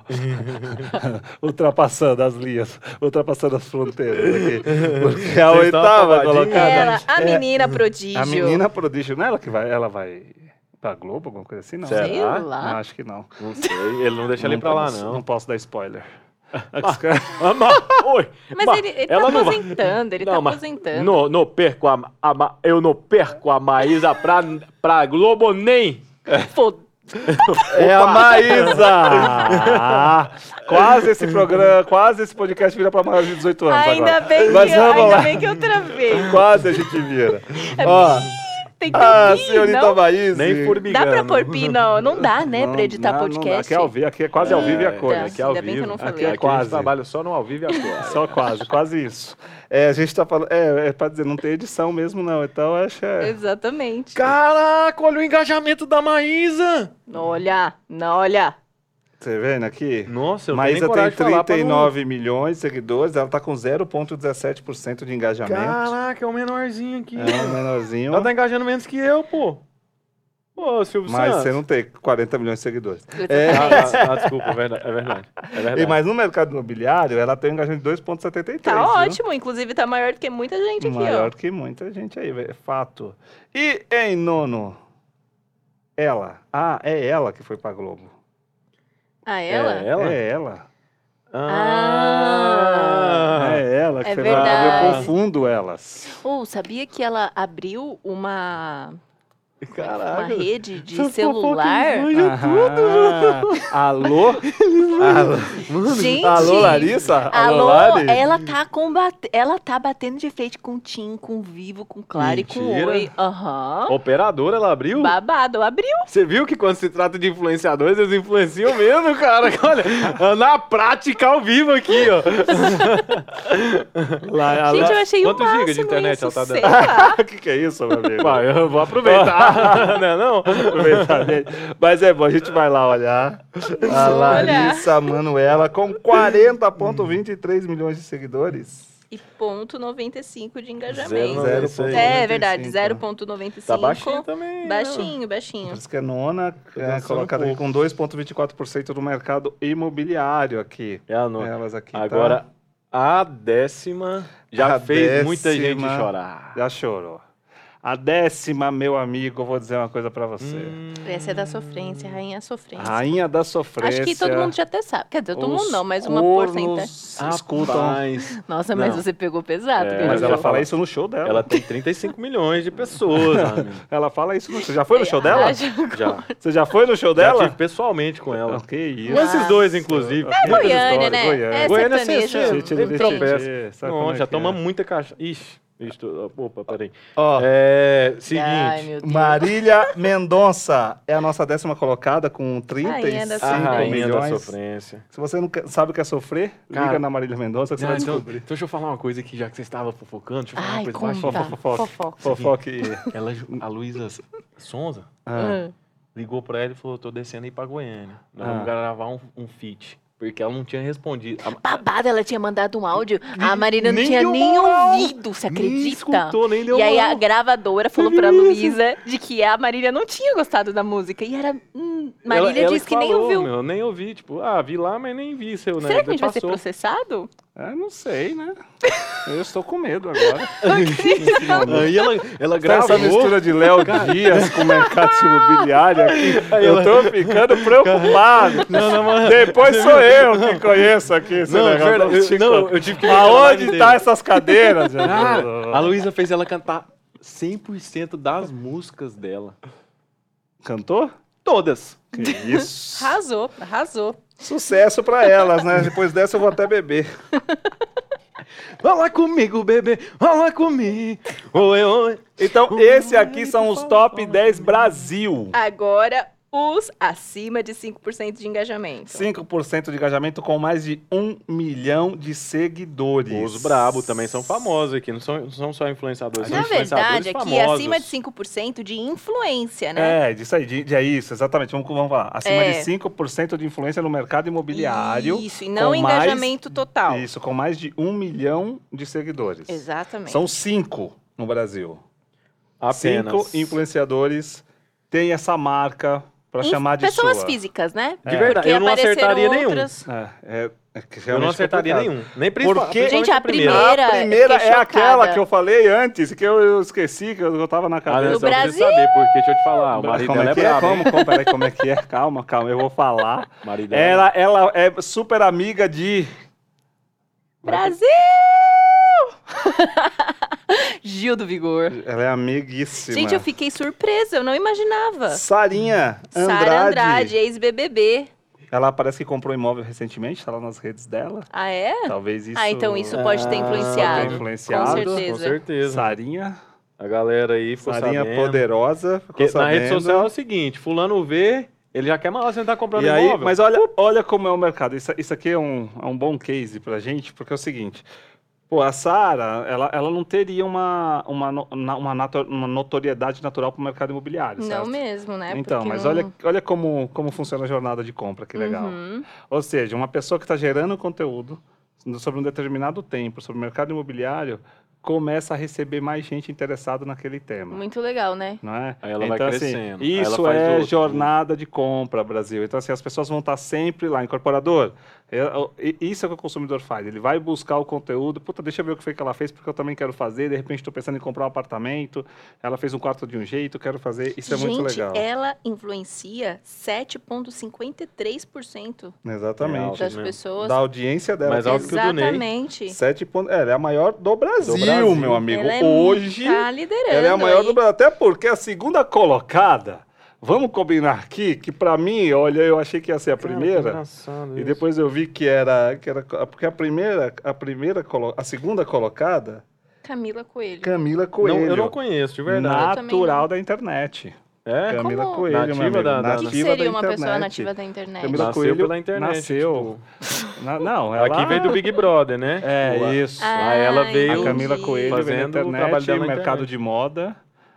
Speaker 1: ultrapassando as linhas, ultrapassando as fronteiras aqui. Porque a
Speaker 3: Vocês tão
Speaker 1: oitava
Speaker 3: afobadinhos.
Speaker 1: colocada.
Speaker 2: Ela, a
Speaker 1: é-
Speaker 2: menina prodígio.
Speaker 1: A menina prodígio, não é ela que vai, ela vai pra Globo, alguma coisa assim? Não.
Speaker 3: Sei
Speaker 1: Será?
Speaker 2: lá.
Speaker 1: Não, acho que não.
Speaker 3: Não sei, ele não deixa ele
Speaker 1: Não
Speaker 3: pra lá,
Speaker 1: posso- Não
Speaker 3: não.
Speaker 1: posso dar spoiler.
Speaker 3: Ah, mas- Oi,
Speaker 2: Mas
Speaker 3: mas
Speaker 2: ele, ele
Speaker 3: ela
Speaker 2: tá
Speaker 3: não vai-
Speaker 2: aposentando, ele tá
Speaker 3: Não, mas-
Speaker 2: aposentando.
Speaker 3: Não, não perco a, Ma- a Ma- eu não perco a Maísa pra, pra Globo nem.
Speaker 2: Foda-
Speaker 1: É a Maísa! Ah, quase esse programa, quase esse podcast vira pra maiores de 18 anos
Speaker 2: Ainda,
Speaker 1: agora.
Speaker 2: bem que,
Speaker 1: Mas
Speaker 2: eu-
Speaker 1: vamos
Speaker 2: ainda
Speaker 1: lá.
Speaker 2: bem que eu travei.
Speaker 1: Quase a gente vira. Ó,
Speaker 2: Tem que
Speaker 1: ah,
Speaker 2: ouvir,
Speaker 1: senhorita
Speaker 2: não?
Speaker 1: Maísa.
Speaker 3: Nem
Speaker 2: Dá
Speaker 3: formigando.
Speaker 2: pra pôr pi? Não, não dá, né,
Speaker 1: Não
Speaker 2: pra editar
Speaker 1: dá, não dá.
Speaker 2: podcast.
Speaker 1: Aqui é ao vivo, aqui é quase ao vivo e a cores.
Speaker 2: tá.
Speaker 3: Aqui é ao
Speaker 2: Ainda bem que eu
Speaker 3: vivo.
Speaker 2: não
Speaker 3: Aqui
Speaker 2: falei.
Speaker 1: Aqui
Speaker 3: é
Speaker 1: a gente
Speaker 3: quase.
Speaker 1: trabalha
Speaker 3: trabalho só no ao vivo e a cores.
Speaker 1: Só quase, quase isso. É, a gente tá falando. É, é pra dizer, não tem edição mesmo, não. Então acho. É...
Speaker 2: Exatamente.
Speaker 3: Caraca, olha o engajamento da Maísa!
Speaker 2: Olha, não, olha.
Speaker 1: Você vendo aqui?
Speaker 3: Nossa, eu
Speaker 1: Maísa tem
Speaker 3: não tenho nem coragem de falar pra não-
Speaker 1: 39 milhões de seguidores, ela tá com 0,17% de engajamento.
Speaker 3: Caraca, é o menorzinho aqui.
Speaker 1: É um menorzinho.
Speaker 3: Ela tá engajando menos que eu, pô. Pô, Silvio
Speaker 1: Mas
Speaker 3: Santos.
Speaker 1: você não tem 40 milhões de seguidores.
Speaker 2: Exatamente.
Speaker 3: Ah, ah, ah, desculpa, é verdade. É verdade. É verdade.
Speaker 1: E, mas no mercado imobiliário, ela tem um engajamento de 2,73.
Speaker 2: Tá
Speaker 1: viu?
Speaker 2: ótimo, inclusive tá maior do que muita gente aqui,
Speaker 1: Maior que muita gente aí, é fato. E em nono, ela. Ah, é ela que foi pra Globo.
Speaker 2: ó. Ah,
Speaker 3: É
Speaker 2: ela?
Speaker 3: ela?
Speaker 1: É ela.
Speaker 2: Ah.
Speaker 3: Ah.
Speaker 1: É ela que
Speaker 2: É
Speaker 1: foi pra Globo. Eu
Speaker 2: verdade.
Speaker 1: confundo elas.
Speaker 2: Ou sabia que ela abriu uma, uma
Speaker 3: Caraca.
Speaker 2: rede de
Speaker 3: essas
Speaker 2: celular?
Speaker 3: fofocas manjam
Speaker 1: Ah, Alô? Alô?
Speaker 2: Gente!
Speaker 1: Alô, Larissa?
Speaker 2: Alô,
Speaker 1: Lari?
Speaker 2: ela tá combate... ela tá batendo de frente com Tim, com Vivo, com Claro e com
Speaker 3: Mentira.
Speaker 2: Oi. Aham.
Speaker 3: Operadora, ela abriu?
Speaker 2: Babado, abriu.
Speaker 3: Você viu que quando se trata de influenciadores, eles influenciam mesmo, cara? Olha, na prática, ao vivo aqui, ó.
Speaker 1: Lá-
Speaker 2: Gente, eu
Speaker 1: alô?
Speaker 2: achei
Speaker 3: Quantos
Speaker 2: o máximo
Speaker 3: gigas de internet
Speaker 2: isso,
Speaker 3: ela tá
Speaker 2: sei
Speaker 3: dando?
Speaker 2: lá.
Speaker 1: O que, que é isso, meu amigo?
Speaker 3: Ué, eu vou aproveitar, né não?
Speaker 1: Aproveitamente. Mas é bom, a gente vai lá olhar. A Larissa Manuela com 40,23 milhões de seguidores.
Speaker 2: E ponto 95 de engajamento.
Speaker 3: Zero,
Speaker 1: Zero
Speaker 3: isso aí.
Speaker 2: É verdade,
Speaker 1: 0,95.
Speaker 2: 0.95.
Speaker 3: Tá baixinho também. né?
Speaker 2: Baixinho,
Speaker 1: Por
Speaker 2: baixinho.
Speaker 1: isso que é nona, é,
Speaker 3: dançando
Speaker 1: colocada
Speaker 3: um
Speaker 1: aqui com 2,24% do mercado imobiliário aqui.
Speaker 3: É a nota.
Speaker 1: Elas aqui. tá?
Speaker 3: Agora, a décima já
Speaker 1: A
Speaker 3: fez muita gente
Speaker 1: décima. Tá
Speaker 3: chorar.
Speaker 1: Já chorou. A décima, meu amigo, eu vou dizer uma coisa pra você.
Speaker 3: Hum.
Speaker 2: Essa é da sofrência, rainha sofrência.
Speaker 1: Rainha da sofrência.
Speaker 2: Acho que todo mundo já até sabe. Quer dizer, todo mundo
Speaker 1: os
Speaker 2: não, mas uma né?
Speaker 1: cornos
Speaker 2: porcentagem. né?
Speaker 1: Escutam.
Speaker 3: Hum, Rapaz,
Speaker 2: Nossa, mas
Speaker 3: Não.
Speaker 2: você pegou pesado.
Speaker 3: É,
Speaker 2: viu,
Speaker 1: Mas ela
Speaker 2: Ju?
Speaker 1: fala isso no show dela.
Speaker 3: Ela tem 35 milhões de pessoas, amigo.
Speaker 1: Ela fala isso no show. Já foi no show
Speaker 2: Ah,
Speaker 1: dela?
Speaker 2: já-
Speaker 3: Já,
Speaker 1: Você já foi no show
Speaker 3: já
Speaker 1: dela?
Speaker 3: tive pessoalmente com ela.
Speaker 1: Que isso.
Speaker 3: Com esses dois, inclusive.
Speaker 1: É
Speaker 3: Muitas
Speaker 2: Goiânia,
Speaker 3: histórias.
Speaker 2: né?
Speaker 1: Goiânia.
Speaker 2: É
Speaker 3: Goiânia é
Speaker 2: sertanejo.
Speaker 3: sensível.
Speaker 1: Gente,
Speaker 3: Teve
Speaker 1: não
Speaker 3: tropeço.
Speaker 1: deixa de- sabe como
Speaker 3: Não,
Speaker 1: é
Speaker 3: já
Speaker 1: que
Speaker 3: toma
Speaker 1: é?
Speaker 3: muita caixa. Ixi, ixi, tô- opa, peraí.
Speaker 1: Ó,
Speaker 3: É,
Speaker 2: Ai,
Speaker 3: seguinte.
Speaker 2: meu Deus.
Speaker 1: Marília Mendonça é a nossa décima colocada com
Speaker 2: Rainha da
Speaker 1: 35
Speaker 3: a
Speaker 2: Cinco
Speaker 3: rainha da
Speaker 1: milhões.
Speaker 3: sofrência.
Speaker 1: Se você não quer- sabe o que é sofrer, liga
Speaker 3: Cara.
Speaker 1: na Marília Mendonça que você
Speaker 3: Não,
Speaker 1: vai
Speaker 3: então,
Speaker 1: descobrir.
Speaker 3: então deixa eu falar uma coisa aqui, já que você estava fofocando. Deixa eu falar
Speaker 2: Ai,
Speaker 3: uma coisa
Speaker 2: conta.
Speaker 3: baixinha.
Speaker 1: Fofoca.
Speaker 2: Fofoca.
Speaker 1: Fofoca e...
Speaker 3: Ela, a Luísa Sonza
Speaker 1: Ah,
Speaker 3: ligou pra ela e falou, tô descendo aí pra Goiânia. Nós
Speaker 1: Ah.
Speaker 3: vamos gravar um, um feat. Porque ela não tinha respondido. A-
Speaker 2: Babada, ela tinha mandado um áudio. A Marina não
Speaker 3: nem
Speaker 2: tinha
Speaker 3: deu
Speaker 2: nem
Speaker 3: moral.
Speaker 2: ouvido, você
Speaker 3: Nem
Speaker 2: acredita?
Speaker 3: escutou, nem deu
Speaker 2: E aí a
Speaker 3: moral.
Speaker 2: gravadora falou
Speaker 3: Teve
Speaker 2: pra
Speaker 3: isso.
Speaker 2: Luísa de que a Marília não tinha gostado da música. E era. hum, Marília
Speaker 3: Ela- ela
Speaker 2: disse que nem
Speaker 3: falou,
Speaker 2: ouviu.
Speaker 3: meu, nem ouvi, tipo, ah, vi lá, mas nem vi seu, né?
Speaker 2: Será que a gente vai ser
Speaker 3: Passou.
Speaker 2: processado?
Speaker 1: É, não sei, né? Eu estou com medo agora.
Speaker 3: Aí ela, ela
Speaker 1: Tá essa
Speaker 3: gravou.
Speaker 1: mistura de Léo Dias com mercado imobiliário aqui,
Speaker 3: Aí
Speaker 1: eu
Speaker 3: ela-
Speaker 1: tô ficando preocupado.
Speaker 3: Não, não, mas...
Speaker 1: Depois sou eu que conheço aqui esse
Speaker 3: Não, é
Speaker 1: negócio.
Speaker 3: verdade, eu,
Speaker 1: Chico,
Speaker 3: não, eu tive que reclamar
Speaker 1: Aonde
Speaker 3: dele.
Speaker 1: tá essas cadeiras?
Speaker 3: Cara, a Luísa fez ela cantar 100% das músicas dela.
Speaker 1: Cantou?
Speaker 3: Todas.
Speaker 1: Que isso.
Speaker 2: Arrasou, arrasou.
Speaker 1: Sucesso pra elas, né? Depois dessa eu vou até beber.
Speaker 3: Fala comigo, bebê, fala comigo. Oi, oi.
Speaker 1: Então, esse aqui são os top 10 Brasil.
Speaker 2: Agora, os acima de 5% de engajamento.
Speaker 1: 5% de engajamento com mais de 1 milhão de seguidores.
Speaker 3: Os brabo também são famosos aqui, não são, não são só influenciadores, são
Speaker 2: Na verdade,
Speaker 3: influenciadores
Speaker 2: aqui
Speaker 3: famosos.
Speaker 2: acima de 5% de influência, né?
Speaker 1: É, disso aí, de, de é isso, exatamente. Vamos, vamos falar. Acima
Speaker 2: É.
Speaker 1: de 5% de influência no mercado imobiliário.
Speaker 2: Isso, e não
Speaker 1: com mais-
Speaker 2: engajamento total.
Speaker 1: Isso, com mais de 1 milhão de seguidores.
Speaker 2: Exatamente.
Speaker 1: São cinco no Brasil.
Speaker 3: Apenas.
Speaker 1: Cinco influenciadores têm essa marca pra
Speaker 2: Inf-
Speaker 1: chamar de
Speaker 2: Pessoas
Speaker 1: sua.
Speaker 2: físicas, né?
Speaker 3: De verdade,
Speaker 2: Porque
Speaker 3: eu não
Speaker 2: apareceram
Speaker 3: acertaria nenhum.
Speaker 2: outras.
Speaker 1: É, é, é que
Speaker 3: Eu não
Speaker 1: realmente
Speaker 3: acertaria
Speaker 1: complicado.
Speaker 3: nenhum. Nem principal-
Speaker 1: Porque-
Speaker 3: principalmente
Speaker 2: Gente, a primeira-
Speaker 1: A primeira
Speaker 2: eu fiquei
Speaker 1: é aquela
Speaker 2: chocada.
Speaker 1: que eu falei antes, que eu, eu esqueci, que eu, eu tava na
Speaker 3: Ah,
Speaker 1: cabeça.
Speaker 3: não,
Speaker 2: Do
Speaker 3: você não precisa
Speaker 2: Brasil!
Speaker 3: saber, porque deixa eu te falar, o marido
Speaker 1: como
Speaker 3: dela
Speaker 1: é
Speaker 3: é
Speaker 1: que
Speaker 3: brabo, hein?
Speaker 1: Como, como, peraí, como é que é? Calma, calma, eu vou falar.
Speaker 3: O marido dela é
Speaker 1: Ela, ela é super amiga de.
Speaker 2: Brasil! Gil do Vigor.
Speaker 1: Ela é amiguíssima.
Speaker 2: Gente, eu fiquei surpresa, eu não imaginava.
Speaker 1: Sarinha Andrade.
Speaker 2: Sara Andrade, ex-BBB.
Speaker 1: Ela parece que comprou um imóvel recentemente, tá lá nas redes dela.
Speaker 2: Ah, é?
Speaker 1: Talvez isso.
Speaker 2: Ah, então isso pode ter
Speaker 3: Ah,
Speaker 1: pode
Speaker 2: influenciado.
Speaker 1: ter
Speaker 2: Com
Speaker 1: influenciado.
Speaker 2: certeza.
Speaker 3: Com certeza.
Speaker 1: Sarinha,
Speaker 3: A galera aí ficou
Speaker 1: Sarinha
Speaker 3: sabendo.
Speaker 1: poderosa. Ficou
Speaker 3: Porque na rede
Speaker 1: sabendo.
Speaker 3: social é o seguinte, fulano vê, ele já quer mal você não tá comprando
Speaker 1: E aí,
Speaker 3: imóvel.
Speaker 1: mas olha, olha como é o mercado. Isso, isso aqui é um, é um bom case pra gente, porque é o seguinte. Pô, a Sara, ela, ela não teria uma, uma, no- na- uma, nato- uma notoriedade natural pro mercado imobiliário,
Speaker 2: Não
Speaker 1: certo?
Speaker 2: mesmo, né?
Speaker 1: Então,
Speaker 2: Porque
Speaker 1: mas
Speaker 2: não-
Speaker 1: olha, olha como, como funciona a jornada de compra, que legal.
Speaker 2: Uhum.
Speaker 1: Ou seja, uma pessoa que está gerando conteúdo sobre um determinado tempo, sobre o mercado imobiliário, começa a receber mais gente interessada naquele tema.
Speaker 2: Muito legal, né?
Speaker 1: Não é?
Speaker 3: Aí ela vai crescendo,
Speaker 1: Assim,
Speaker 3: aí ela
Speaker 1: isso
Speaker 3: faz
Speaker 1: é
Speaker 3: outro.
Speaker 1: jornada de compra, Brasil. Então, assim, as pessoas vão estar sempre lá, incorporador. é, ó, e- Isso é o que o consumidor faz. Ele vai buscar o conteúdo. Puta, deixa eu ver o que foi que ela fez, porque eu também quero fazer. De repente, estou pensando em comprar um apartamento. Ela fez um quarto de um jeito, quero fazer. Isso é
Speaker 2: Gente,
Speaker 1: muito legal.
Speaker 2: ela influencia 7,53%
Speaker 1: Exatamente.
Speaker 3: Alto
Speaker 2: das
Speaker 3: mesmo.
Speaker 2: pessoas.
Speaker 1: Da audiência dela.
Speaker 3: Mas
Speaker 1: que é
Speaker 3: alto que o do Ney.
Speaker 2: Exatamente.
Speaker 1: Sete pontos. Ela é a maior do Brasil,
Speaker 3: Brasil.
Speaker 1: meu amigo.
Speaker 2: Ela é-
Speaker 1: Hoje,
Speaker 2: tá liderando.
Speaker 1: ela é a maior
Speaker 2: aí.
Speaker 1: do Brasil. Até porque a segunda colocada, vamos combinar aqui, que pra mim, olha, eu achei que ia ser a primeira. E depois eu vi que era, que era. Porque a primeira, a primeira, colo- a segunda colocada,
Speaker 2: Camila Coelho.
Speaker 1: Camila Coelho.
Speaker 3: Não, eu não conheço, de verdade.
Speaker 2: Eu também
Speaker 1: Natural
Speaker 2: não.
Speaker 1: da internet.
Speaker 3: É?
Speaker 1: Camila
Speaker 2: Como?
Speaker 1: Coelho, meu
Speaker 3: Nativa
Speaker 1: amigo.
Speaker 3: da- da-
Speaker 2: O que,
Speaker 1: nativa
Speaker 2: que seria
Speaker 1: da
Speaker 2: uma
Speaker 1: internet.
Speaker 2: pessoa nativa da internet?
Speaker 1: Camila
Speaker 3: Nasceu
Speaker 1: Coelho
Speaker 3: pela internet, tipo,
Speaker 1: Nasceu. Na- não, ela.
Speaker 3: Aqui vem do Big Brother, né?
Speaker 1: É,
Speaker 3: Lá-
Speaker 1: isso.
Speaker 3: Ah, ela veio-
Speaker 1: A Camila
Speaker 2: entendi.
Speaker 1: Coelho veio na
Speaker 3: Fazendo o
Speaker 1: internet,
Speaker 3: trabalho dela na
Speaker 1: mercado
Speaker 3: internet.
Speaker 1: de moda,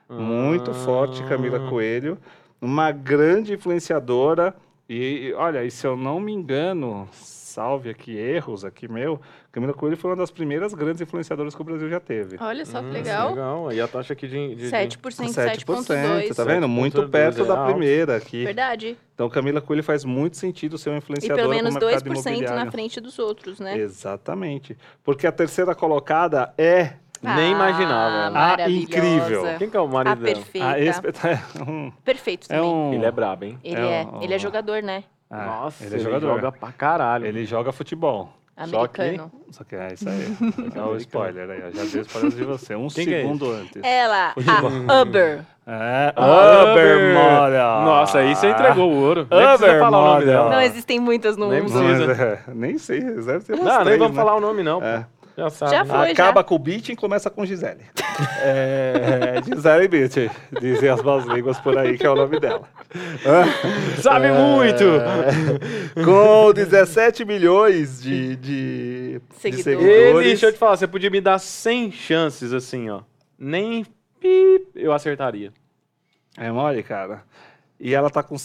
Speaker 1: muito
Speaker 3: Ah.
Speaker 1: forte Camila Coelho, uma grande influenciadora e, olha, e se eu não me engano, salve aqui erros aqui meu, Camila Coelho foi uma das primeiras grandes influenciadoras que o Brasil já teve.
Speaker 2: Olha só que
Speaker 3: Hum,
Speaker 2: legal.
Speaker 3: Legal. E a taxa aqui de. de- de-
Speaker 2: 7%, 7,2%.
Speaker 1: tá vendo? Muito
Speaker 3: 7,2,
Speaker 1: perto
Speaker 3: é
Speaker 1: da
Speaker 3: alto.
Speaker 1: primeira aqui.
Speaker 2: Verdade.
Speaker 1: Então Camila Coelho faz muito sentido ser uma
Speaker 2: E
Speaker 1: influenciadora
Speaker 2: pelo
Speaker 1: no
Speaker 2: menos
Speaker 1: mercado
Speaker 2: 2%
Speaker 1: imobiliário.
Speaker 2: na frente dos outros, né?
Speaker 1: Exatamente. Porque a terceira colocada é
Speaker 3: Nem
Speaker 2: Ah,
Speaker 3: imaginava.
Speaker 2: maravilhosa.
Speaker 1: incrível.
Speaker 3: Quem que é o
Speaker 2: A
Speaker 3: marido dela?
Speaker 2: perfeita.
Speaker 1: a espetacular.
Speaker 2: Perfeito
Speaker 1: Ah, tá, É
Speaker 2: também.
Speaker 1: um...
Speaker 3: Ele é brabo, hein?
Speaker 2: Ele,
Speaker 1: é
Speaker 2: é,
Speaker 1: um-
Speaker 2: ele é jogador, né?
Speaker 1: Ah,
Speaker 3: Nossa,
Speaker 1: ele é jogador.
Speaker 3: joga pra caralho.
Speaker 1: Ele joga futebol.
Speaker 3: Só que-
Speaker 2: Americano.
Speaker 1: Só que é isso aí. É o spoiler aí. ó. Já dei o spoiler de você. Um
Speaker 3: Quem que é
Speaker 1: segundo antes.
Speaker 2: Ela,
Speaker 1: Futebol.
Speaker 2: a Uber.
Speaker 1: É.
Speaker 3: Ah,
Speaker 1: Obermoda.
Speaker 3: Nossa, aí você entregou o ouro. Nem precisa falar o nome
Speaker 1: Ubermoda.
Speaker 3: dela.
Speaker 2: Não existem muitas no
Speaker 3: Nem
Speaker 2: mundo.
Speaker 1: Não, mas,
Speaker 3: precisa.
Speaker 1: é, nem sei. Deve ter umas
Speaker 3: Não, nem
Speaker 1: três,
Speaker 3: vamos
Speaker 1: né?
Speaker 3: falar o nome, não. pô.
Speaker 1: É.
Speaker 3: Já sabe.
Speaker 2: Já
Speaker 3: né?
Speaker 2: foi.
Speaker 1: Acaba com o beat e começa com Gisele. é, Gisele Beat. Dizem as más línguas por aí que é o nome dela.
Speaker 3: Sabe muito!
Speaker 1: É, Com 17 milhões de, de, de
Speaker 2: Seguidores.
Speaker 3: Ele,
Speaker 1: seguidores.
Speaker 3: deixa eu te falar, você podia me dar 100 chances, assim, ó. Nem pi, eu acertaria.
Speaker 1: É mole, cara. E ela tá com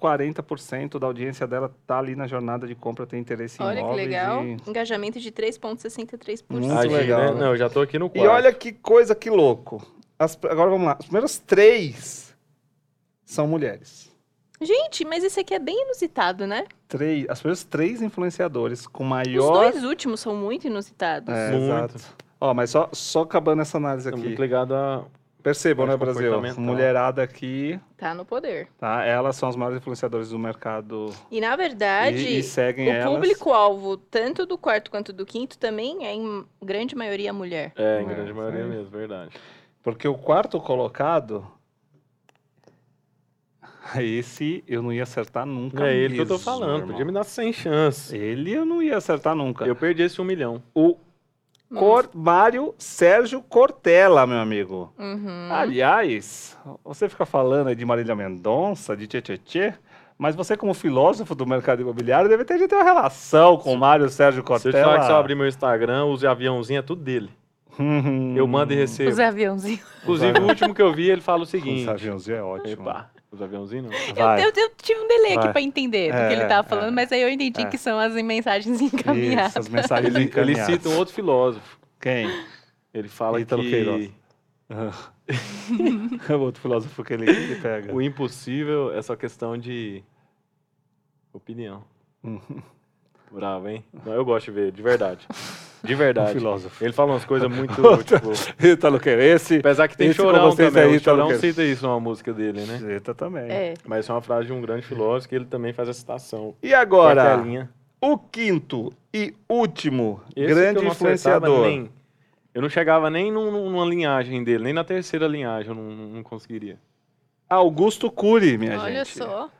Speaker 1: 6,40% da audiência dela tá ali na jornada de compra, tem interesse em
Speaker 2: Olha que
Speaker 1: imóveis
Speaker 2: legal.
Speaker 1: e-
Speaker 2: Engajamento de 3,63%.
Speaker 1: Muito
Speaker 3: Aí,
Speaker 1: legal,
Speaker 3: né?
Speaker 1: né?
Speaker 3: Não, eu já tô aqui no
Speaker 1: E,
Speaker 3: quarto.
Speaker 1: olha que coisa, que louco. As- agora vamos lá. As primeiras três são mulheres.
Speaker 2: Gente, mas esse aqui é bem inusitado, né?
Speaker 1: Três, as primeiras três influenciadores com
Speaker 2: Os
Speaker 1: maior.
Speaker 2: dois últimos são muito inusitados.
Speaker 1: É,
Speaker 3: Muito.
Speaker 1: exato. Ó, mas só, só acabando essa análise
Speaker 3: Tá muito
Speaker 1: aqui.
Speaker 3: ligado a.
Speaker 1: Percebam, né,
Speaker 3: mais
Speaker 1: Brasil?
Speaker 3: é um comportamental.
Speaker 1: Mulherada aqui,
Speaker 2: Tá no poder.
Speaker 1: tá? Elas são as maiores influenciadoras do mercado.
Speaker 2: E na
Speaker 1: E,
Speaker 2: verdade,
Speaker 1: e seguem
Speaker 2: o
Speaker 1: elas.
Speaker 2: público-alvo, tanto do quarto quanto do quinto, também é em grande maioria mulher.
Speaker 3: É, em
Speaker 1: É,
Speaker 3: grande
Speaker 1: isso
Speaker 3: maioria
Speaker 1: aí.
Speaker 3: mesmo, verdade.
Speaker 1: Porque o quarto colocado. Esse eu não ia acertar nunca.
Speaker 3: é ele que eu tô
Speaker 1: mesmo,
Speaker 3: falando.
Speaker 1: irmão.
Speaker 3: Podia me dar sem chance.
Speaker 1: Ele eu não ia acertar nunca.
Speaker 3: Eu perdi esse um milhão.
Speaker 1: O
Speaker 2: Nossa.
Speaker 1: Cor... Mário Sérgio Cortella, meu amigo.
Speaker 2: Uhum.
Speaker 1: Aliás, você fica falando aí de Marília Mendonça, de Tchê mas você, como filósofo do mercado imobiliário, deve ter de ter uma relação com o Mário Sérgio
Speaker 3: Se eu te falar
Speaker 1: Cortella.
Speaker 3: que se eu abrir meu Instagram, os aviãozinhos é tudo dele.
Speaker 1: Hum.
Speaker 3: Eu mando e recebo.
Speaker 2: Os aviãozinhos.
Speaker 3: Inclusive, o último que eu vi, ele fala o seguinte.
Speaker 1: Os aviãozinhos é ótimo.
Speaker 3: Epa, os aviãozinhos não.
Speaker 2: Eu,
Speaker 1: Vai.
Speaker 2: eu- eu tive um delay aqui
Speaker 1: Vai.
Speaker 2: pra entender do que ele
Speaker 1: É,
Speaker 2: tava
Speaker 1: é,
Speaker 2: falando, mas aí eu entendi
Speaker 1: é.
Speaker 2: que são as mensagens
Speaker 1: Isso,
Speaker 2: encaminhadas.
Speaker 1: as mensagens
Speaker 3: Ele, ele
Speaker 1: encaminhadas.
Speaker 3: cita um outro filósofo.
Speaker 1: Quem?
Speaker 3: Ele fala
Speaker 1: Ítalo
Speaker 3: que
Speaker 1: Queiroz. É o outro filósofo que ele, que ele pega.
Speaker 3: o impossível é só questão de opinião.
Speaker 1: Uhum.
Speaker 3: Bravo, hein? Não, eu gosto de ver, de verdade. De verdade.
Speaker 1: Um filósofo.
Speaker 3: Ele fala umas coisas muito,
Speaker 1: Outro.
Speaker 3: tipo...
Speaker 1: Ítalo que tá esse.
Speaker 3: Apesar que tem
Speaker 1: Esse com
Speaker 3: Chorão
Speaker 1: vocês
Speaker 3: também.
Speaker 1: aí,
Speaker 3: o Chorão
Speaker 1: Ítalo Queiroz.
Speaker 3: cita isso numa música dele, né?
Speaker 1: Zeta tá também.
Speaker 2: É.
Speaker 3: Mas isso é uma frase de um grande filósofo que ele também faz a citação.
Speaker 1: E agora,
Speaker 3: Cortelinha.
Speaker 1: o quinto e último
Speaker 3: Esse
Speaker 1: grande
Speaker 3: que eu não acertava
Speaker 1: influenciador.
Speaker 3: nem- eu não chegava nem num- num- numa linhagem dele, nem na terceira linhagem eu não, não conseguiria.
Speaker 1: Augusto Cury, minha
Speaker 2: Olha
Speaker 1: gente.
Speaker 2: só.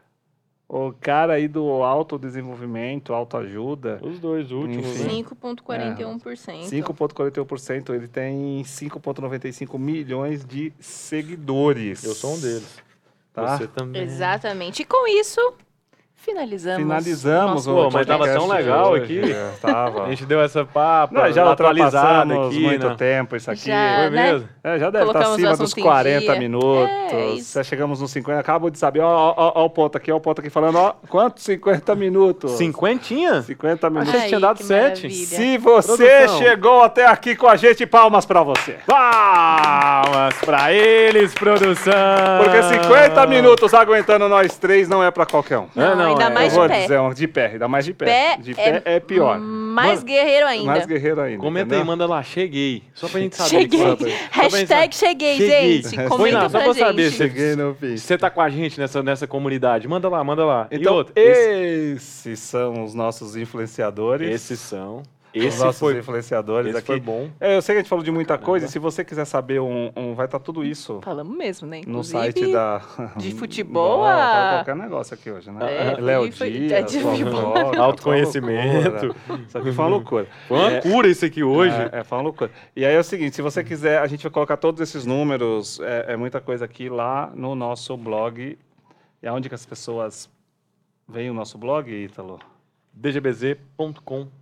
Speaker 1: O cara aí do autodesenvolvimento, autoajuda.
Speaker 3: Os dois últimos,
Speaker 1: Enfim.
Speaker 3: né?
Speaker 2: 5,41%.
Speaker 1: 5,41%, ele tem 5,95 milhões de seguidores.
Speaker 3: Eu sou um deles.
Speaker 1: Tá?
Speaker 3: Você também.
Speaker 2: Exatamente. E com isso, finalizamos.
Speaker 1: Finalizamos
Speaker 2: nosso
Speaker 1: o
Speaker 3: Pô, mas tava
Speaker 1: podcast
Speaker 3: tão
Speaker 1: de
Speaker 3: legal
Speaker 1: hoje,
Speaker 3: aqui.
Speaker 1: é, Tava.
Speaker 3: A gente deu essa papa,
Speaker 1: Não, já
Speaker 3: atualizada
Speaker 1: ultrapassamos
Speaker 3: aqui,
Speaker 1: muito
Speaker 3: né?
Speaker 1: tempo isso aqui.
Speaker 2: Já.
Speaker 3: Foi
Speaker 2: Ah, né?
Speaker 3: mesmo?
Speaker 1: É, já deve
Speaker 2: Colocamos
Speaker 1: estar
Speaker 2: o
Speaker 1: acima dos
Speaker 2: assunto em
Speaker 1: 40
Speaker 2: dia.
Speaker 1: minutos.
Speaker 2: É, isso.
Speaker 1: Já chegamos nos 50. Acabo de saber, ó, ó, ó, ó o ponto aqui, ó o ponto aqui falando, ó, quantos 50 minutos?
Speaker 3: Cinquentinha?
Speaker 1: 50
Speaker 3: Achei
Speaker 1: minutos.
Speaker 3: que
Speaker 2: Ai,
Speaker 3: tinha dado
Speaker 2: que
Speaker 3: sete.
Speaker 2: maravilha.
Speaker 1: Se você
Speaker 3: Produção.
Speaker 1: chegou até aqui com a gente, palmas pra você.
Speaker 3: Palmas pra eles, produção!
Speaker 1: Porque 50 minutos aguentando nós três não é pra qualquer um.
Speaker 2: Não,
Speaker 3: Ah, não,
Speaker 2: ainda
Speaker 3: é.
Speaker 1: Eu
Speaker 2: mais
Speaker 1: vou
Speaker 2: de pé.
Speaker 1: dizer, um, de pé, ainda mais de pé.
Speaker 2: Pé
Speaker 1: de pé é, pior.
Speaker 2: Mais
Speaker 3: Mano,
Speaker 2: guerreiro ainda.
Speaker 1: Mais guerreiro ainda.
Speaker 3: Comenta aí,
Speaker 1: entendeu?
Speaker 3: manda lá, cheguei. Só pra gente saber.
Speaker 2: Cheguei.
Speaker 3: Só pra- só pra gente
Speaker 2: Hashtag cheguei,
Speaker 3: Cheguei.
Speaker 2: gente.
Speaker 1: Põe
Speaker 2: Comenta
Speaker 1: lá,
Speaker 2: pra
Speaker 3: só pra
Speaker 2: gente.
Speaker 3: saber se-
Speaker 1: Cheguei no fim.
Speaker 3: Se você tá com a gente nessa, nessa comunidade, manda lá, manda lá.
Speaker 1: Então,
Speaker 3: e outro, esse-
Speaker 1: esses são os nossos influenciadores.
Speaker 3: esses são.
Speaker 1: os
Speaker 3: Esse
Speaker 1: nossos
Speaker 3: foi,
Speaker 1: influenciadores
Speaker 3: esse
Speaker 1: aqui.
Speaker 3: foi bom.
Speaker 1: É, eu sei que a gente falou de muita coisa, e se você quiser saber um, um- vai estar tudo isso
Speaker 2: Falamos mesmo, né?
Speaker 1: no
Speaker 2: Inclusive,
Speaker 1: site da
Speaker 2: de futebol
Speaker 1: Bola,
Speaker 2: a-
Speaker 1: fala qualquer negócio aqui hoje, né?
Speaker 2: É,
Speaker 1: Léo
Speaker 2: e foi-
Speaker 1: Dias,
Speaker 2: é de
Speaker 1: sua
Speaker 2: futebol.
Speaker 1: fofoca,
Speaker 3: Autoconhecimento.
Speaker 1: sua loucura. Isso aqui foi uma loucura.
Speaker 3: Foi uma cura isso aqui hoje.
Speaker 1: É, é, foi uma loucura. E aí é o seguinte, se você quiser, a gente vai colocar todos esses números, é, é muita coisa aqui lá no nosso blog. É onde que as pessoas veem o nosso blog, Ítalo?
Speaker 3: dgbz.com.br.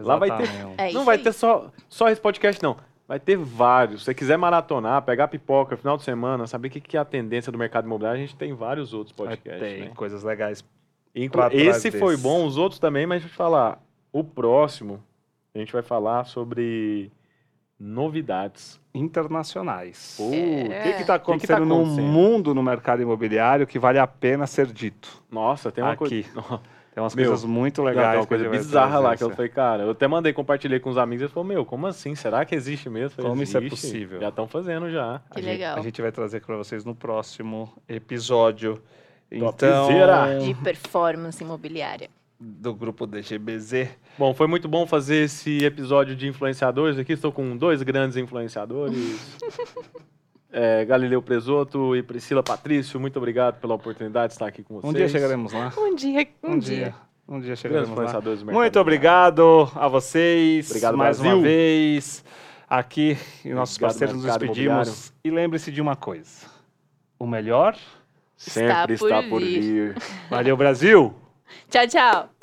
Speaker 3: Lá vai ter.
Speaker 1: Exatamente.
Speaker 2: É isso
Speaker 3: Não vai
Speaker 2: aí.
Speaker 3: ter só, só esse podcast, não. Vai ter vários. Se você quiser maratonar, pegar pipoca, final de semana, saber o que, que é a tendência do mercado imobiliário, a gente tem vários outros
Speaker 1: Vai
Speaker 3: podcasts.
Speaker 1: ter
Speaker 3: né?
Speaker 1: coisas legais.
Speaker 3: Inclu-
Speaker 1: pra trás
Speaker 3: Esse foi
Speaker 1: desse.
Speaker 3: bom, os outros também, mas deixa eu te falar. O próximo, a gente vai falar sobre novidades.
Speaker 1: internacionais.
Speaker 3: Pô,
Speaker 1: O
Speaker 2: É.
Speaker 1: que está
Speaker 3: que que
Speaker 1: acontecendo,
Speaker 3: tá
Speaker 1: no
Speaker 3: acontecendo?
Speaker 1: mundo, no mercado imobiliário, que vale a pena ser dito?
Speaker 3: Nossa, tem uma
Speaker 1: Aqui.
Speaker 3: coisa. Não,
Speaker 1: Tem umas
Speaker 3: Meu,
Speaker 1: coisas muito
Speaker 3: tem
Speaker 1: legais.
Speaker 3: uma coisa
Speaker 1: que a gente vai
Speaker 3: bizarra lá
Speaker 1: trazer,
Speaker 3: que eu
Speaker 1: assim.
Speaker 3: falei, cara. Eu até mandei, compartilhei com os amigos. Eles falaram, meu, como assim? Será que existe mesmo? Eu falei,
Speaker 1: Como isso é
Speaker 3: "Existe,
Speaker 1: possível?"
Speaker 3: Já estão fazendo já.
Speaker 1: A
Speaker 2: Que
Speaker 1: gente-
Speaker 2: legal.
Speaker 1: A gente vai trazer para vocês no próximo episódio. Então,
Speaker 3: Topzera.
Speaker 2: De performance imobiliária.
Speaker 1: do grupo DGBZ.
Speaker 3: Bom, foi muito bom fazer esse episódio de influenciadores aqui. Estou com dois grandes influenciadores. É, Galileu Presoto e Priscila Patrício, muito obrigado pela oportunidade de estar aqui com
Speaker 1: Um
Speaker 3: vocês.
Speaker 1: dia chegaremos lá.
Speaker 2: Um dia, um, dia.
Speaker 1: Um dia
Speaker 3: Grandes
Speaker 1: chegaremos lá.
Speaker 3: influenciadores do mercado
Speaker 1: Muito
Speaker 3: imobiliário.
Speaker 1: obrigado a vocês.
Speaker 3: Obrigado,
Speaker 1: mais uma
Speaker 3: Brasil.
Speaker 1: vez. Aqui, e nossos
Speaker 3: Obrigado,
Speaker 1: parceiros nos
Speaker 3: mercado
Speaker 1: despedimos. E lembre-se de uma coisa: o melhor.
Speaker 3: Sempre
Speaker 2: Está por
Speaker 3: está por vir.
Speaker 1: Valeu, Brasil!
Speaker 2: Tchau, tchau.